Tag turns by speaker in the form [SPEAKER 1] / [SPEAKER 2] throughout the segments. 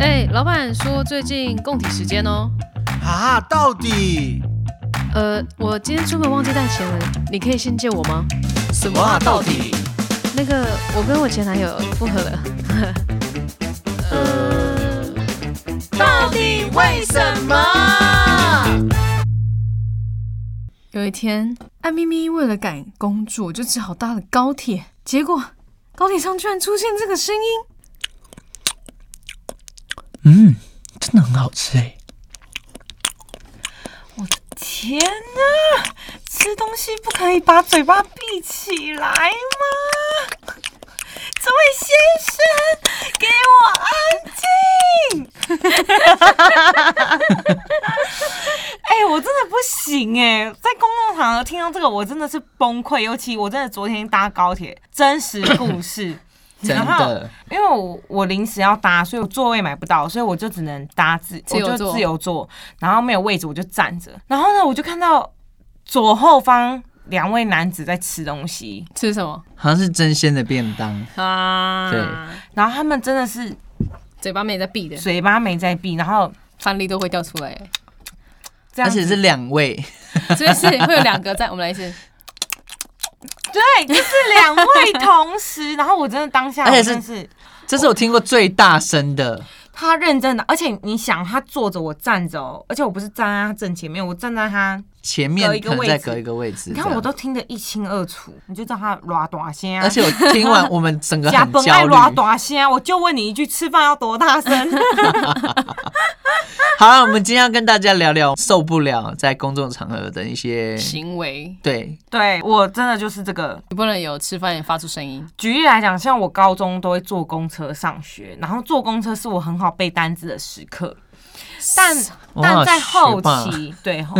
[SPEAKER 1] 哎、老板说最近供体时间哦。
[SPEAKER 2] 啊，到底
[SPEAKER 1] 呃，我今天出门忘记带钱了，你可以先借我吗？
[SPEAKER 2] 什么啊？到底？
[SPEAKER 1] 那个，我跟我前男友复合 了。呃，
[SPEAKER 2] 到底为什么？
[SPEAKER 3] 有一天，艾咪咪为了赶工作，就只好搭了高铁。结果高铁上居然出现这个声音，
[SPEAKER 4] 嗯，真的很好吃哎。
[SPEAKER 3] 我的天哪！吃东西不可以把嘴巴闭起来吗？这位先生，给我安静！
[SPEAKER 5] 哎、我真的不行哎、在公共场合听到这个，我真的是崩溃。尤其我真的昨天搭高铁，真实故事，
[SPEAKER 4] 真
[SPEAKER 5] 然后
[SPEAKER 4] 的，
[SPEAKER 5] 因为我我临时要搭，所以我座位买不到，所以我就只能搭自，
[SPEAKER 1] 自由
[SPEAKER 5] 我
[SPEAKER 1] 座
[SPEAKER 5] 就自由坐，然后没有位置我就站着。然后呢，我就看到左后方两位男子在吃东西，
[SPEAKER 1] 吃什么
[SPEAKER 4] 好像是真鲜的便当，
[SPEAKER 1] 啊？
[SPEAKER 4] 对，
[SPEAKER 5] 然后他们真的是
[SPEAKER 1] 嘴巴没在闭的，
[SPEAKER 5] 嘴巴没在闭，然后
[SPEAKER 1] 饭粒都会掉出来。
[SPEAKER 5] 这
[SPEAKER 4] 而
[SPEAKER 5] 样子，
[SPEAKER 4] 且是两位，
[SPEAKER 1] 所以是会有两个在，我们来一次。
[SPEAKER 5] 对，就是两位同时。然后我真的当 下，
[SPEAKER 4] 而且
[SPEAKER 5] 我
[SPEAKER 4] 是
[SPEAKER 5] 真的是
[SPEAKER 4] 这是我听过最大声的。
[SPEAKER 5] 他认真的，而且你想，他坐着，我站着哦，而且我不是站在他正前面，我站在他，
[SPEAKER 4] 前面
[SPEAKER 5] 隔一个
[SPEAKER 4] 可能
[SPEAKER 5] 位
[SPEAKER 4] 再
[SPEAKER 5] 置
[SPEAKER 4] 隔一个位置，
[SPEAKER 5] 你
[SPEAKER 4] 这
[SPEAKER 5] 看
[SPEAKER 4] 样
[SPEAKER 5] 我都听得一清二楚，你就知道他拉大声啊，
[SPEAKER 4] 而且 我听完，我们整个
[SPEAKER 5] 假
[SPEAKER 4] 很
[SPEAKER 5] 本爱
[SPEAKER 4] 焦虑。
[SPEAKER 5] 拉大声啊，我就问你一句，吃饭要多 大声？
[SPEAKER 4] 好了，我们今天要跟大家聊聊受不了在公众场合的一些
[SPEAKER 1] 行为，
[SPEAKER 4] 对，
[SPEAKER 5] 对我真的就是这个。
[SPEAKER 1] 你不能有吃饭也发出声音。
[SPEAKER 5] 举例来讲，像我高中都会坐公车上学，然后坐公车是我很好背单字的时刻，但
[SPEAKER 4] 哇
[SPEAKER 5] 但在后
[SPEAKER 4] 学霸
[SPEAKER 5] 期，对后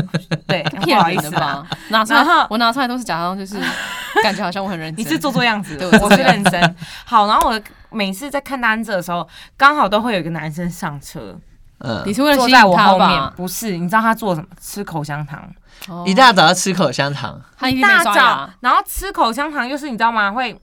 [SPEAKER 5] 对，不
[SPEAKER 1] 骗
[SPEAKER 5] 好意
[SPEAKER 1] 人的
[SPEAKER 5] 思啊，
[SPEAKER 1] 吧？拿出来
[SPEAKER 5] 然后，
[SPEAKER 1] 我拿出来都是假装，就是 感觉好像我很认真。
[SPEAKER 5] 你是做做样子
[SPEAKER 1] 对
[SPEAKER 5] 的，
[SPEAKER 1] 我
[SPEAKER 5] 我
[SPEAKER 1] 是
[SPEAKER 5] 是
[SPEAKER 1] 这样
[SPEAKER 5] 认真。好，然后我每次在看单子的时候，刚好都会有一个男生上车，
[SPEAKER 1] 你
[SPEAKER 4] 嗯，
[SPEAKER 1] 是为了
[SPEAKER 5] 坐
[SPEAKER 1] 吸引
[SPEAKER 5] 在我
[SPEAKER 1] 他
[SPEAKER 5] 后面
[SPEAKER 1] 吧。？
[SPEAKER 5] 不是，你知道他做什么？吃口香糖，
[SPEAKER 1] 哦
[SPEAKER 4] 一大早要吃口香糖，
[SPEAKER 1] 他一定没
[SPEAKER 5] 大
[SPEAKER 1] 刷
[SPEAKER 5] 早
[SPEAKER 1] 牙，，
[SPEAKER 5] 然后吃口香糖，就是你知道吗？会，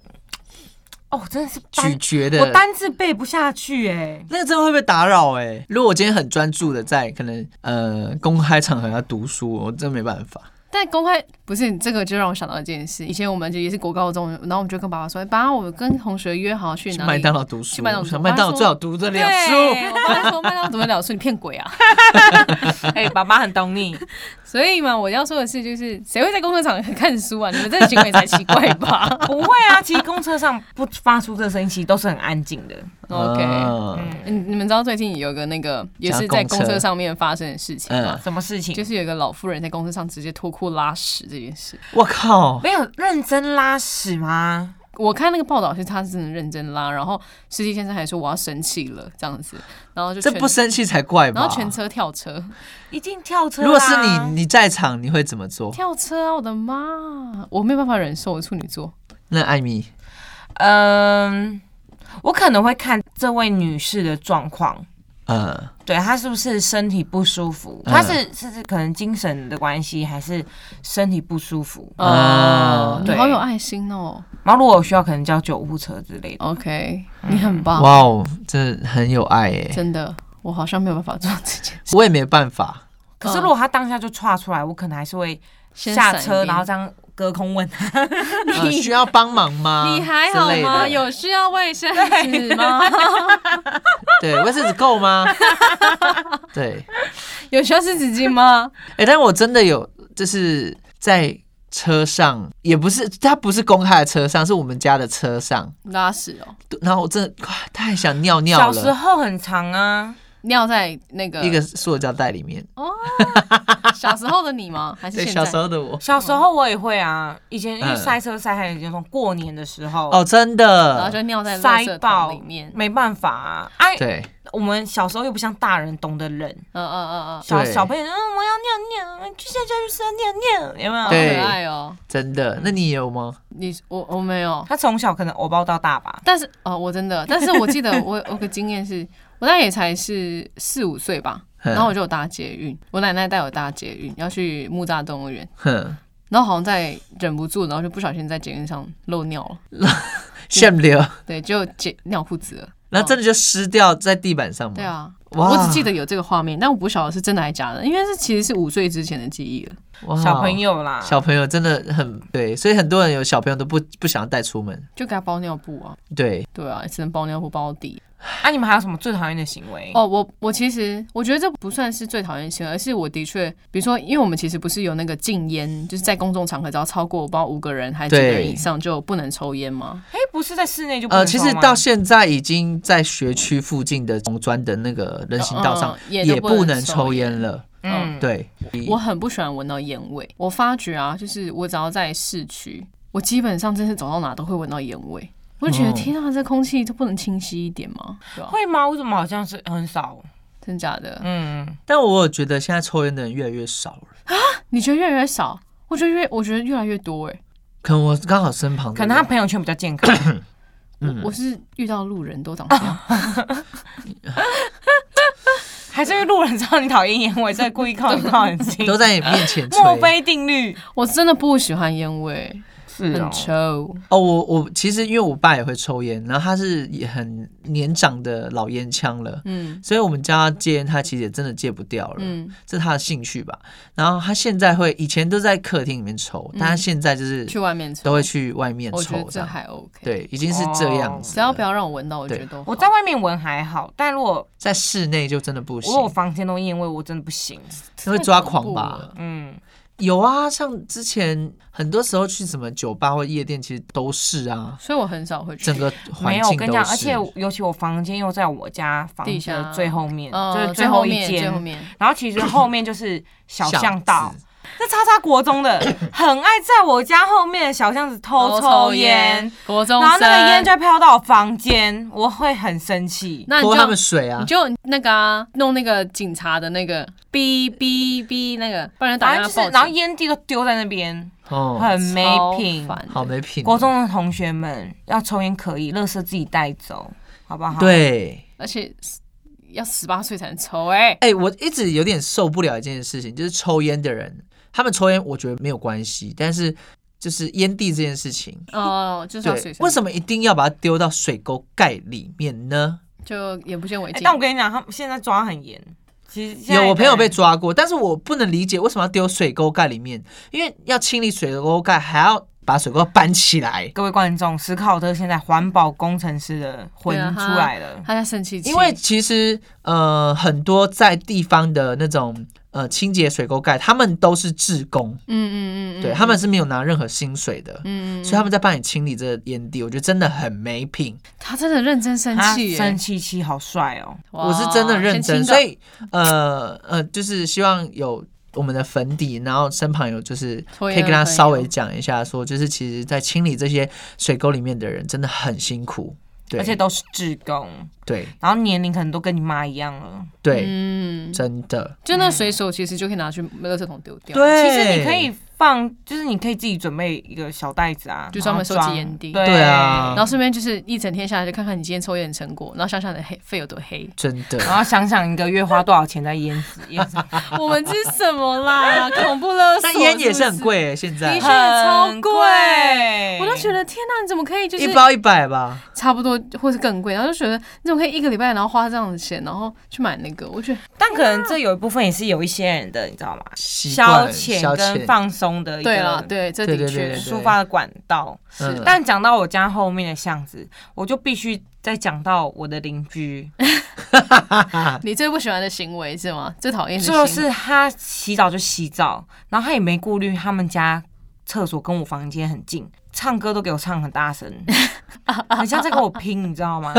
[SPEAKER 5] 哦，真的是
[SPEAKER 4] 咀
[SPEAKER 5] 单，
[SPEAKER 4] 嚼
[SPEAKER 5] 我
[SPEAKER 4] 的，
[SPEAKER 5] 单字背不下去哎、
[SPEAKER 4] 那个真的会被打扰哎、如果我今天很专注的在可能呃公开场合要读书，我真没办法。
[SPEAKER 1] 但公开不是这个，就让我想到一件事。以前我们就也是国高中，然后我们就跟爸爸说：“爸，我们跟同学约好去
[SPEAKER 4] 去
[SPEAKER 1] 哪里？”
[SPEAKER 4] 麦当劳读书，
[SPEAKER 1] 去麦当劳
[SPEAKER 4] 我想
[SPEAKER 1] 读
[SPEAKER 4] 麦当劳
[SPEAKER 1] 我妈说
[SPEAKER 4] 最好读得
[SPEAKER 1] 对，
[SPEAKER 4] 了书。
[SPEAKER 1] 我爸说麦当劳怎么了书？你骗鬼啊！
[SPEAKER 5] 哎、爸爸很懂你，
[SPEAKER 1] 所以嘛，我要说的是，就是谁会在公车场合看书啊？你们这个行为才奇怪吧
[SPEAKER 5] 不会啊。其实公车上不发出这声音，其实都是很安静的。
[SPEAKER 1] ？OK，
[SPEAKER 4] 嗯
[SPEAKER 1] 嗯，你们知道最近有个那个也是在公车上面发生的事情吗？
[SPEAKER 4] 嗯，
[SPEAKER 5] 什么事情？
[SPEAKER 1] 就是有一个老妇人在公车上直接脱裤拉屎这件事。
[SPEAKER 4] 我靠，
[SPEAKER 5] 没有认真拉屎吗？
[SPEAKER 1] 我看那个报道是她真的认真拉，然后司机先生还说我要生气了这样子，然后就
[SPEAKER 4] 这
[SPEAKER 1] 全
[SPEAKER 4] 不生气才怪
[SPEAKER 1] 然
[SPEAKER 4] 吧
[SPEAKER 1] 后？全车跳车，
[SPEAKER 5] 一定跳车啦。
[SPEAKER 4] 如果是你，你在场你会怎么做？
[SPEAKER 1] 跳车啊！我的妈，我没有办法忍受，我处女座。
[SPEAKER 4] 那艾米，
[SPEAKER 5] 嗯，我可能会看这位女士的状况，
[SPEAKER 4] 呃，
[SPEAKER 5] 对她是不是身体不舒服？
[SPEAKER 4] 嗯
[SPEAKER 5] 她是是是可能精神的关系，还是身体不舒服？
[SPEAKER 4] 啊
[SPEAKER 1] 哦，你
[SPEAKER 5] 对
[SPEAKER 1] 好有爱心哦。
[SPEAKER 5] 然后如果有需要，可能叫救护车之类的。
[SPEAKER 4] 哦
[SPEAKER 1] OK，你很棒，
[SPEAKER 4] 哇哦，这很有爱哎、
[SPEAKER 1] 真的，我好像没有办法做这件事。
[SPEAKER 4] 我也没 办法，
[SPEAKER 5] 可是如果她当下就岔出来，我可能还是会下
[SPEAKER 4] 哦
[SPEAKER 5] 车，然后这样隔空问她。
[SPEAKER 4] 呃、需要帮忙吗？
[SPEAKER 1] 你还好
[SPEAKER 4] 之类
[SPEAKER 1] 吗？
[SPEAKER 4] 的
[SPEAKER 1] 有需要卫生纸吗？
[SPEAKER 4] 对卫生纸 够吗？对，
[SPEAKER 1] 有需要湿纸巾吗？
[SPEAKER 4] 哎、但我真的有，就是在车上，也不是，它不是公开的车上，是我们家的车上。
[SPEAKER 1] 拉屎哦，
[SPEAKER 4] 然后我真的哇太想尿 尿
[SPEAKER 5] 小时
[SPEAKER 4] 了，
[SPEAKER 5] 候很长啊，
[SPEAKER 1] 尿在那个
[SPEAKER 4] 一个塑胶袋里面。
[SPEAKER 1] 小时候的你吗？还是
[SPEAKER 4] 对，
[SPEAKER 1] 现
[SPEAKER 4] 小时
[SPEAKER 1] 在？
[SPEAKER 4] 候的我。
[SPEAKER 5] 小时候我也会啊。以前因为
[SPEAKER 4] 嗯
[SPEAKER 5] 塞车塞太严重，过年的时候
[SPEAKER 4] 哦，真
[SPEAKER 1] 然后
[SPEAKER 4] 的，
[SPEAKER 1] 就尿在垃
[SPEAKER 5] 塞
[SPEAKER 1] 圾
[SPEAKER 5] 爆
[SPEAKER 1] 桶里面。
[SPEAKER 5] 没办法啊。哎，
[SPEAKER 4] 对，
[SPEAKER 5] 我们小时候又不像大人懂得忍，
[SPEAKER 1] 嗯嗯嗯嗯，
[SPEAKER 5] 小
[SPEAKER 4] 哦对
[SPEAKER 5] 小朋友，嗯，我要尿尿，去下下去上尿尿，有没有？
[SPEAKER 1] 好可
[SPEAKER 4] 对
[SPEAKER 1] 爱哦。
[SPEAKER 4] 真的。那你有吗？
[SPEAKER 1] 你我我没有，
[SPEAKER 5] 他从小可能偶包到大吧，
[SPEAKER 1] 但是哦，我真的，但是我记得我有个经验是，我大概也才是四五岁吧，
[SPEAKER 4] 嗯
[SPEAKER 1] 然后我就有搭捷运，我奶奶带我搭捷运，要去木栅动物园，
[SPEAKER 4] 哼，
[SPEAKER 1] 然后好像在忍不住，然后就不小心在捷运上漏尿了，
[SPEAKER 4] 羡
[SPEAKER 1] 嗯
[SPEAKER 4] 慕。
[SPEAKER 1] 对，就解尿裤子了，
[SPEAKER 4] 然后真的就湿掉在地板上吗？
[SPEAKER 1] 对，啊，
[SPEAKER 4] 哇
[SPEAKER 1] 我只记得有这个画面，但我不晓得是真的还是假的，因为这其实是五岁之前的记忆了。
[SPEAKER 4] 哇哦
[SPEAKER 5] 小朋友啦，
[SPEAKER 4] 小朋友真的很对，所以很多人有小朋友都不不想要带出门。
[SPEAKER 1] 就给他包尿布啊，
[SPEAKER 4] 对，
[SPEAKER 1] 对啊，只能包尿布包底。
[SPEAKER 5] 啊，你们还有什么最讨厌的行为？
[SPEAKER 1] 哦，我我其实我觉得这不算是最讨厌的行为，而是我的确，比如说，因为我们其实不是有那个禁烟，就是在公众场合只要超过包五个人还几个人
[SPEAKER 4] 对
[SPEAKER 1] 以上就不能抽烟吗？
[SPEAKER 5] 哎、不是在室内就不能
[SPEAKER 4] 呃，其
[SPEAKER 5] 抽
[SPEAKER 4] 实
[SPEAKER 5] 吗
[SPEAKER 4] 到现在已经在学区附近的红砖的那个人行道上
[SPEAKER 1] 嗯也都
[SPEAKER 4] 也
[SPEAKER 1] 不
[SPEAKER 4] 不
[SPEAKER 1] 能
[SPEAKER 4] 能
[SPEAKER 1] 抽
[SPEAKER 4] 抽
[SPEAKER 1] 烟
[SPEAKER 4] 烟了。
[SPEAKER 5] 嗯，
[SPEAKER 4] 对，
[SPEAKER 1] 我很不喜欢闻到烟味。我发觉啊，就是我只要在市区，我基本上真是走到哪都会闻到烟味。我就觉得
[SPEAKER 4] 哦
[SPEAKER 1] 天啊，这空气就不能清晰一点吗？对吧、
[SPEAKER 5] 会吗？我怎么好像是很少？
[SPEAKER 1] 真假的？
[SPEAKER 5] 嗯，
[SPEAKER 4] 但我有觉得现在抽烟的人越来越少了。
[SPEAKER 1] 你觉得越来越少？我觉得越，我觉得越来越多哎、
[SPEAKER 4] 可能我刚好身旁的
[SPEAKER 5] 可
[SPEAKER 4] 人，
[SPEAKER 5] 能他朋友圈比较健康。
[SPEAKER 4] 嗯
[SPEAKER 1] 我我是遇到路人都长这样，
[SPEAKER 5] 还是因为路人知道你讨厌烟味，所以故意靠你靠很近。
[SPEAKER 4] 嗯都在你面 前吹。
[SPEAKER 5] 墨菲定律
[SPEAKER 1] 我真的不喜欢烟味，
[SPEAKER 5] 是
[SPEAKER 1] 很臭。
[SPEAKER 4] 哦，我我其实因为我爸也会抽烟，然后他是也很年长的老烟枪了，
[SPEAKER 1] 嗯
[SPEAKER 4] 所以我们叫他戒烟，他其实也真的戒不掉了。
[SPEAKER 1] 嗯，
[SPEAKER 4] 这是他的兴趣吧。然后他现在会，以前都在客厅里面抽，但他现在就是
[SPEAKER 1] 嗯去外面抽
[SPEAKER 4] 都会去外面
[SPEAKER 1] 我觉
[SPEAKER 4] 抽
[SPEAKER 1] 得
[SPEAKER 4] 这
[SPEAKER 1] 这
[SPEAKER 4] 样。
[SPEAKER 1] 还 OK。，
[SPEAKER 4] 对，已经是这样子了。
[SPEAKER 1] 只要不要让我闻到，我觉得都好
[SPEAKER 5] 我在外面闻还好，但如果
[SPEAKER 4] 在室内就真的不
[SPEAKER 5] 如
[SPEAKER 4] 行，
[SPEAKER 5] 果我房间都烟味，我真的不行。
[SPEAKER 4] 会抓狂吧？？
[SPEAKER 5] 嗯，
[SPEAKER 4] 有啊，像之前很多时候去什么酒吧或夜店，其实都是啊，
[SPEAKER 1] 所以我很少会去
[SPEAKER 4] 整。个环
[SPEAKER 5] 没有，我
[SPEAKER 4] 境
[SPEAKER 5] 跟
[SPEAKER 4] 都
[SPEAKER 5] 你讲，
[SPEAKER 4] 是。
[SPEAKER 5] 而且尤其我房间又在我家房
[SPEAKER 1] 地
[SPEAKER 5] 子
[SPEAKER 1] 下
[SPEAKER 5] 的最后面，就
[SPEAKER 1] 嗯，
[SPEAKER 5] 是最
[SPEAKER 1] 最
[SPEAKER 5] 后
[SPEAKER 1] 后
[SPEAKER 5] 一
[SPEAKER 1] 面，最
[SPEAKER 5] 间
[SPEAKER 1] 后。面，
[SPEAKER 5] 然后其实后面就是小巷道
[SPEAKER 4] 巷子，
[SPEAKER 5] 那叉叉国中的很爱在我家后面的小巷子偷抽烟，，
[SPEAKER 1] 国中
[SPEAKER 5] 然后那个
[SPEAKER 1] 生
[SPEAKER 5] 烟就会飘到我房间，我会很生气。
[SPEAKER 1] 那你
[SPEAKER 4] 泼他
[SPEAKER 1] 就
[SPEAKER 4] 们水啊
[SPEAKER 1] 你，就那个啊，弄那个警察的那个哔哔哔那个，不然打
[SPEAKER 5] 反
[SPEAKER 1] 电话
[SPEAKER 5] 正就
[SPEAKER 1] 报
[SPEAKER 5] 是，然后
[SPEAKER 1] 警
[SPEAKER 5] 烟蒂都丢在那边，
[SPEAKER 4] 哦，
[SPEAKER 5] 很没
[SPEAKER 1] 超
[SPEAKER 5] 品。
[SPEAKER 1] 烦的
[SPEAKER 4] 好没品。哦
[SPEAKER 5] 国中的同学们要抽烟可以，垃圾自己带走，好不好？，
[SPEAKER 4] 对。
[SPEAKER 1] 而且要十八岁才能抽哎，
[SPEAKER 4] 哎、我一直有点受不了一件事情，就是抽烟的人，他们抽烟我觉得没有关系，但是就是烟蒂这件事情，
[SPEAKER 1] 哦，就是要
[SPEAKER 4] 对
[SPEAKER 1] 水，
[SPEAKER 4] 为什么一定要把它丢到水沟盖里面呢？
[SPEAKER 1] 就眼不见为
[SPEAKER 5] 哎
[SPEAKER 1] 净？
[SPEAKER 5] 但我跟你讲，他们现在抓很严。其实现在
[SPEAKER 4] 有我朋友被
[SPEAKER 5] 的人，
[SPEAKER 4] 抓过，但是我不能理解为什么要丢水沟盖里面，因为要清理水沟盖还要把水沟搬起来，
[SPEAKER 5] 各位观众，史考特现在环保工程师的魂
[SPEAKER 1] 对啊
[SPEAKER 5] 出
[SPEAKER 1] 他
[SPEAKER 5] 来了。
[SPEAKER 1] 他在生气气，
[SPEAKER 4] 因为其实呃很多在地方的那种呃清洁水沟盖，他们都是志工，
[SPEAKER 1] 嗯嗯嗯嗯，
[SPEAKER 4] 对他们是没有拿任何薪水的，
[SPEAKER 1] 嗯，嗯
[SPEAKER 4] 所以他们在帮你清理这个烟蒂，我觉得真的很没品。
[SPEAKER 1] 他真的认真啊生
[SPEAKER 5] 他
[SPEAKER 1] 气耶，
[SPEAKER 5] 生气气好帅哦，
[SPEAKER 1] 哇
[SPEAKER 4] 我是真的认真，
[SPEAKER 1] 先亲个
[SPEAKER 4] 所以呃呃，就是希望有我们的粉底，然后身旁有就是
[SPEAKER 1] 抽
[SPEAKER 4] 可
[SPEAKER 1] 烟
[SPEAKER 4] 以
[SPEAKER 1] 的
[SPEAKER 4] 跟他
[SPEAKER 1] 朋友
[SPEAKER 4] 稍微讲一下说，就是其实，在清理这些水沟里面的人真的很辛苦。对，
[SPEAKER 5] 而且都是志工，
[SPEAKER 4] 对
[SPEAKER 5] 然后年龄可能都跟你妈一样了。
[SPEAKER 4] 对，
[SPEAKER 1] 嗯，
[SPEAKER 4] 真的
[SPEAKER 1] 就那水手其实就可以拿去垃圾桶丢掉，
[SPEAKER 4] 对，
[SPEAKER 5] 其实你可以放，就是你可以自己准备一个小袋子啊，
[SPEAKER 1] 就专门收
[SPEAKER 5] 然后
[SPEAKER 1] 集
[SPEAKER 5] 装
[SPEAKER 1] 烟蒂
[SPEAKER 5] 对
[SPEAKER 4] 对啊。
[SPEAKER 1] 然后顺便就是一整天下来就看看你今天抽烟的成果，然后想想你的黑肺有多黑
[SPEAKER 4] 真的。
[SPEAKER 5] 然后想想一个月花多少钱在烟烟上，
[SPEAKER 1] 我们这是什么啦？恐怖勒索
[SPEAKER 4] 但烟也是很，贵、欸，现在
[SPEAKER 1] 的确超
[SPEAKER 5] 很
[SPEAKER 1] 贵
[SPEAKER 5] 贵
[SPEAKER 1] 我都觉得天哪，你怎么可以就
[SPEAKER 4] 欸一
[SPEAKER 1] 是
[SPEAKER 4] 包一百吧。
[SPEAKER 1] 差不多或是更贵？然后就觉得你怎么可以一个礼拜然后花这样的钱，然后去买那个？我觉得
[SPEAKER 5] 但可能这有一部分也是有一些人的，你知道吗？
[SPEAKER 4] 习
[SPEAKER 5] 消
[SPEAKER 4] 惯
[SPEAKER 5] 遣
[SPEAKER 4] 消
[SPEAKER 5] 跟
[SPEAKER 4] 遣，
[SPEAKER 5] 放松的一
[SPEAKER 1] 对啦，
[SPEAKER 5] 个
[SPEAKER 1] 对，这
[SPEAKER 4] 对
[SPEAKER 1] 的
[SPEAKER 4] 对
[SPEAKER 1] 确
[SPEAKER 4] 对对
[SPEAKER 5] 抒发的管道。
[SPEAKER 4] 是
[SPEAKER 5] 但讲到我家后面的巷子，我就必须再讲到我的邻居，
[SPEAKER 1] 你最不喜欢的行为是吗？最讨厌的行
[SPEAKER 5] 就
[SPEAKER 1] 为
[SPEAKER 5] 是他洗澡就洗澡，然后他也没顾虑他们家厕所跟我房间很近，唱歌都给我唱很大 声，很像在跟我拼，你知道吗？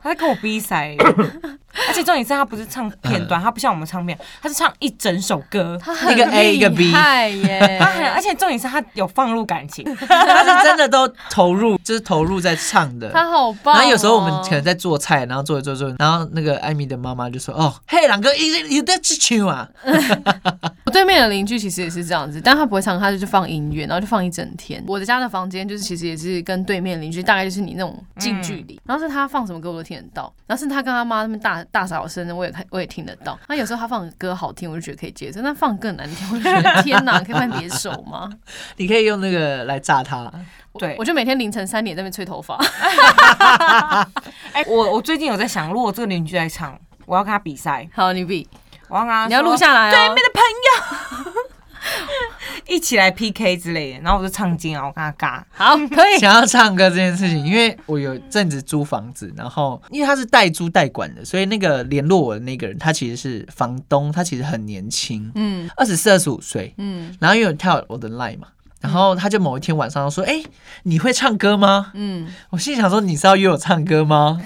[SPEAKER 5] 他在跟我逼塞，而且重点是他不是唱片段，他不像我们唱片，他是唱一整首歌。
[SPEAKER 1] 他很
[SPEAKER 4] 一个 A，一个 B
[SPEAKER 1] 厉害耶，
[SPEAKER 5] 他很，而且重点是他有放入感情，
[SPEAKER 4] 他是真的都投入，就是投入在唱的。
[SPEAKER 1] 他好棒哦。
[SPEAKER 4] 然后有时候我们可能在做菜，然后做一做一做，然后那个艾米的妈妈就说：“哦，嘿，朗哥，一一在吃球啊
[SPEAKER 1] 不对，对面的邻居其实也是这样子，但他不会唱，他就放音乐，然后就放一整天。我的家的房间就是其实也是跟对面邻居大概就是你那种近距
[SPEAKER 4] 嗯
[SPEAKER 1] 离，然后是他放什么歌我都听得到，然后是他跟他妈那边大大小声的我也看我也听得到。那有时候他放的歌好听，我就觉得可以接受，那放更难听，我就觉 得天哪，可以换别首吗？
[SPEAKER 4] 你可以用那个来炸他。
[SPEAKER 5] 对
[SPEAKER 1] 我，就每天凌晨三点在那边吹头发，
[SPEAKER 5] 哎、我我最近有在想，如果这个邻居来唱，我要跟他比赛，
[SPEAKER 1] 好，你比
[SPEAKER 5] 我要跟他
[SPEAKER 1] 你要
[SPEAKER 5] 说
[SPEAKER 1] 录下来
[SPEAKER 5] 对面
[SPEAKER 1] 哦。
[SPEAKER 5] 的朋友一起来 PK 之类的，然后我就唱经啊，我跟他尬，
[SPEAKER 1] 好，可以。
[SPEAKER 4] 想要唱歌这件事情，因为我有阵子租房子，然后因为他是代租代管的，所以那个联络我的那个人，他其实是房东，他其实很年轻，
[SPEAKER 1] 嗯
[SPEAKER 4] 二十四、二十五岁。
[SPEAKER 1] 嗯
[SPEAKER 4] 然后因为他有我的 line 嘛，然后他就某一天晚上说：“哎、你会唱歌吗
[SPEAKER 1] 嗯，？”
[SPEAKER 4] 我心里想说：“你是要约我唱歌吗？”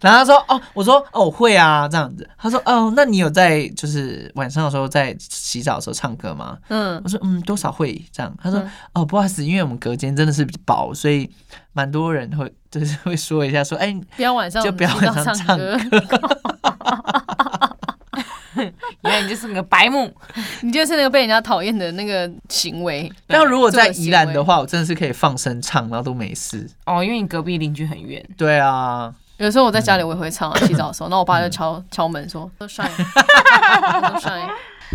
[SPEAKER 4] 然后他说：“哦，我说哦我会啊，这样子。”他说：“哦，那你有在就是晚上的时候在洗澡的时候唱歌吗？”
[SPEAKER 1] 嗯
[SPEAKER 4] 我说嗯，多少会这样。他说、
[SPEAKER 1] 嗯
[SPEAKER 4] 哦，不好意思，因为我们隔间真的是比较薄，所以蛮多人会就是会说一下说，哎，
[SPEAKER 1] 不要晚上
[SPEAKER 4] 就不要晚上
[SPEAKER 1] 唱歌，
[SPEAKER 5] 原来你就是个白目，
[SPEAKER 1] 你就是那个被人家讨厌的那个行为。
[SPEAKER 4] 但如果在
[SPEAKER 1] 做的
[SPEAKER 4] 宜兰
[SPEAKER 1] 行为
[SPEAKER 4] 的话，我真的是可以放声唱，然后都没事。
[SPEAKER 5] 哦，因为你隔壁邻居很远，
[SPEAKER 4] 对啊，
[SPEAKER 1] 有时候我在家里我也会唱啊，洗澡的时候，那我爸就敲敲门说：“说 帅，说帅，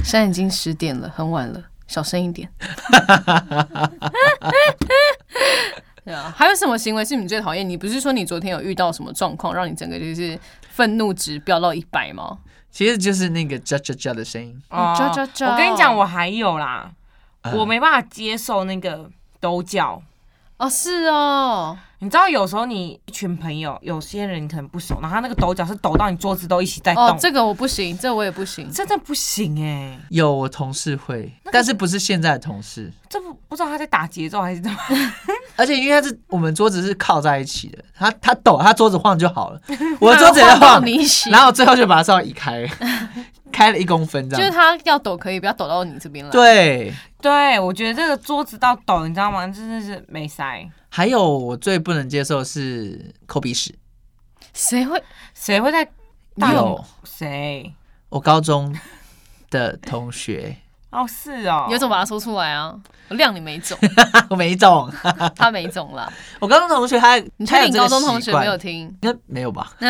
[SPEAKER 1] 现在已经十点了，很晚了，小声一点。” 对啊，还有什么行为是你最讨厌？你不是说你昨天有遇到什么状况，让你整个就是愤怒值飙到一百吗？
[SPEAKER 4] 其实就是那个喳喳喳的声音，
[SPEAKER 1] 哦啾
[SPEAKER 5] 哦
[SPEAKER 1] 啾啾
[SPEAKER 5] 我跟你讲，我还有啦，
[SPEAKER 4] 啊
[SPEAKER 5] 我没办法接受那个都叫。
[SPEAKER 1] 哦，是哦，
[SPEAKER 5] 你知道有时候你一群朋友，有些人你可能不熟，然后他那个抖脚是抖到你桌子都一起在动，
[SPEAKER 1] 哦，这个我不行，这我也不行。
[SPEAKER 5] 真的不行哎、
[SPEAKER 4] 有我同事会，但是不是现在的同事，
[SPEAKER 5] 这不不知道他在打节奏还是怎么，
[SPEAKER 4] 而且因为他是我们桌子是靠在一起的，他他抖，他桌子晃就 好了，我的桌子也在
[SPEAKER 1] 到
[SPEAKER 4] 晃，
[SPEAKER 1] 你一起，
[SPEAKER 4] 然后最后就把它稍微移开， 开了一公分这
[SPEAKER 1] 就是
[SPEAKER 4] 样。
[SPEAKER 1] 他要抖可以，不要抖到你这边来。
[SPEAKER 4] 对，
[SPEAKER 5] 对我觉得这个桌子到抖，你知道吗？真的是没塞，
[SPEAKER 4] 还有我最不能接受的是抠鼻屎。
[SPEAKER 1] 谁会？
[SPEAKER 5] 谁会在大哦
[SPEAKER 4] 有
[SPEAKER 5] 谁？
[SPEAKER 4] 我高中的同学，
[SPEAKER 5] 哦，是哦，
[SPEAKER 1] 有种把它说出来啊！我谅你没 种，
[SPEAKER 4] 啊我没懂。
[SPEAKER 1] 他没种啦。
[SPEAKER 4] 我高中同学他，
[SPEAKER 1] 你确
[SPEAKER 4] 他有
[SPEAKER 1] 定
[SPEAKER 4] 这
[SPEAKER 1] 高
[SPEAKER 4] 个
[SPEAKER 1] 中同
[SPEAKER 4] 习
[SPEAKER 1] 学
[SPEAKER 4] 惯
[SPEAKER 1] 没有？听？
[SPEAKER 4] 应该没有吧？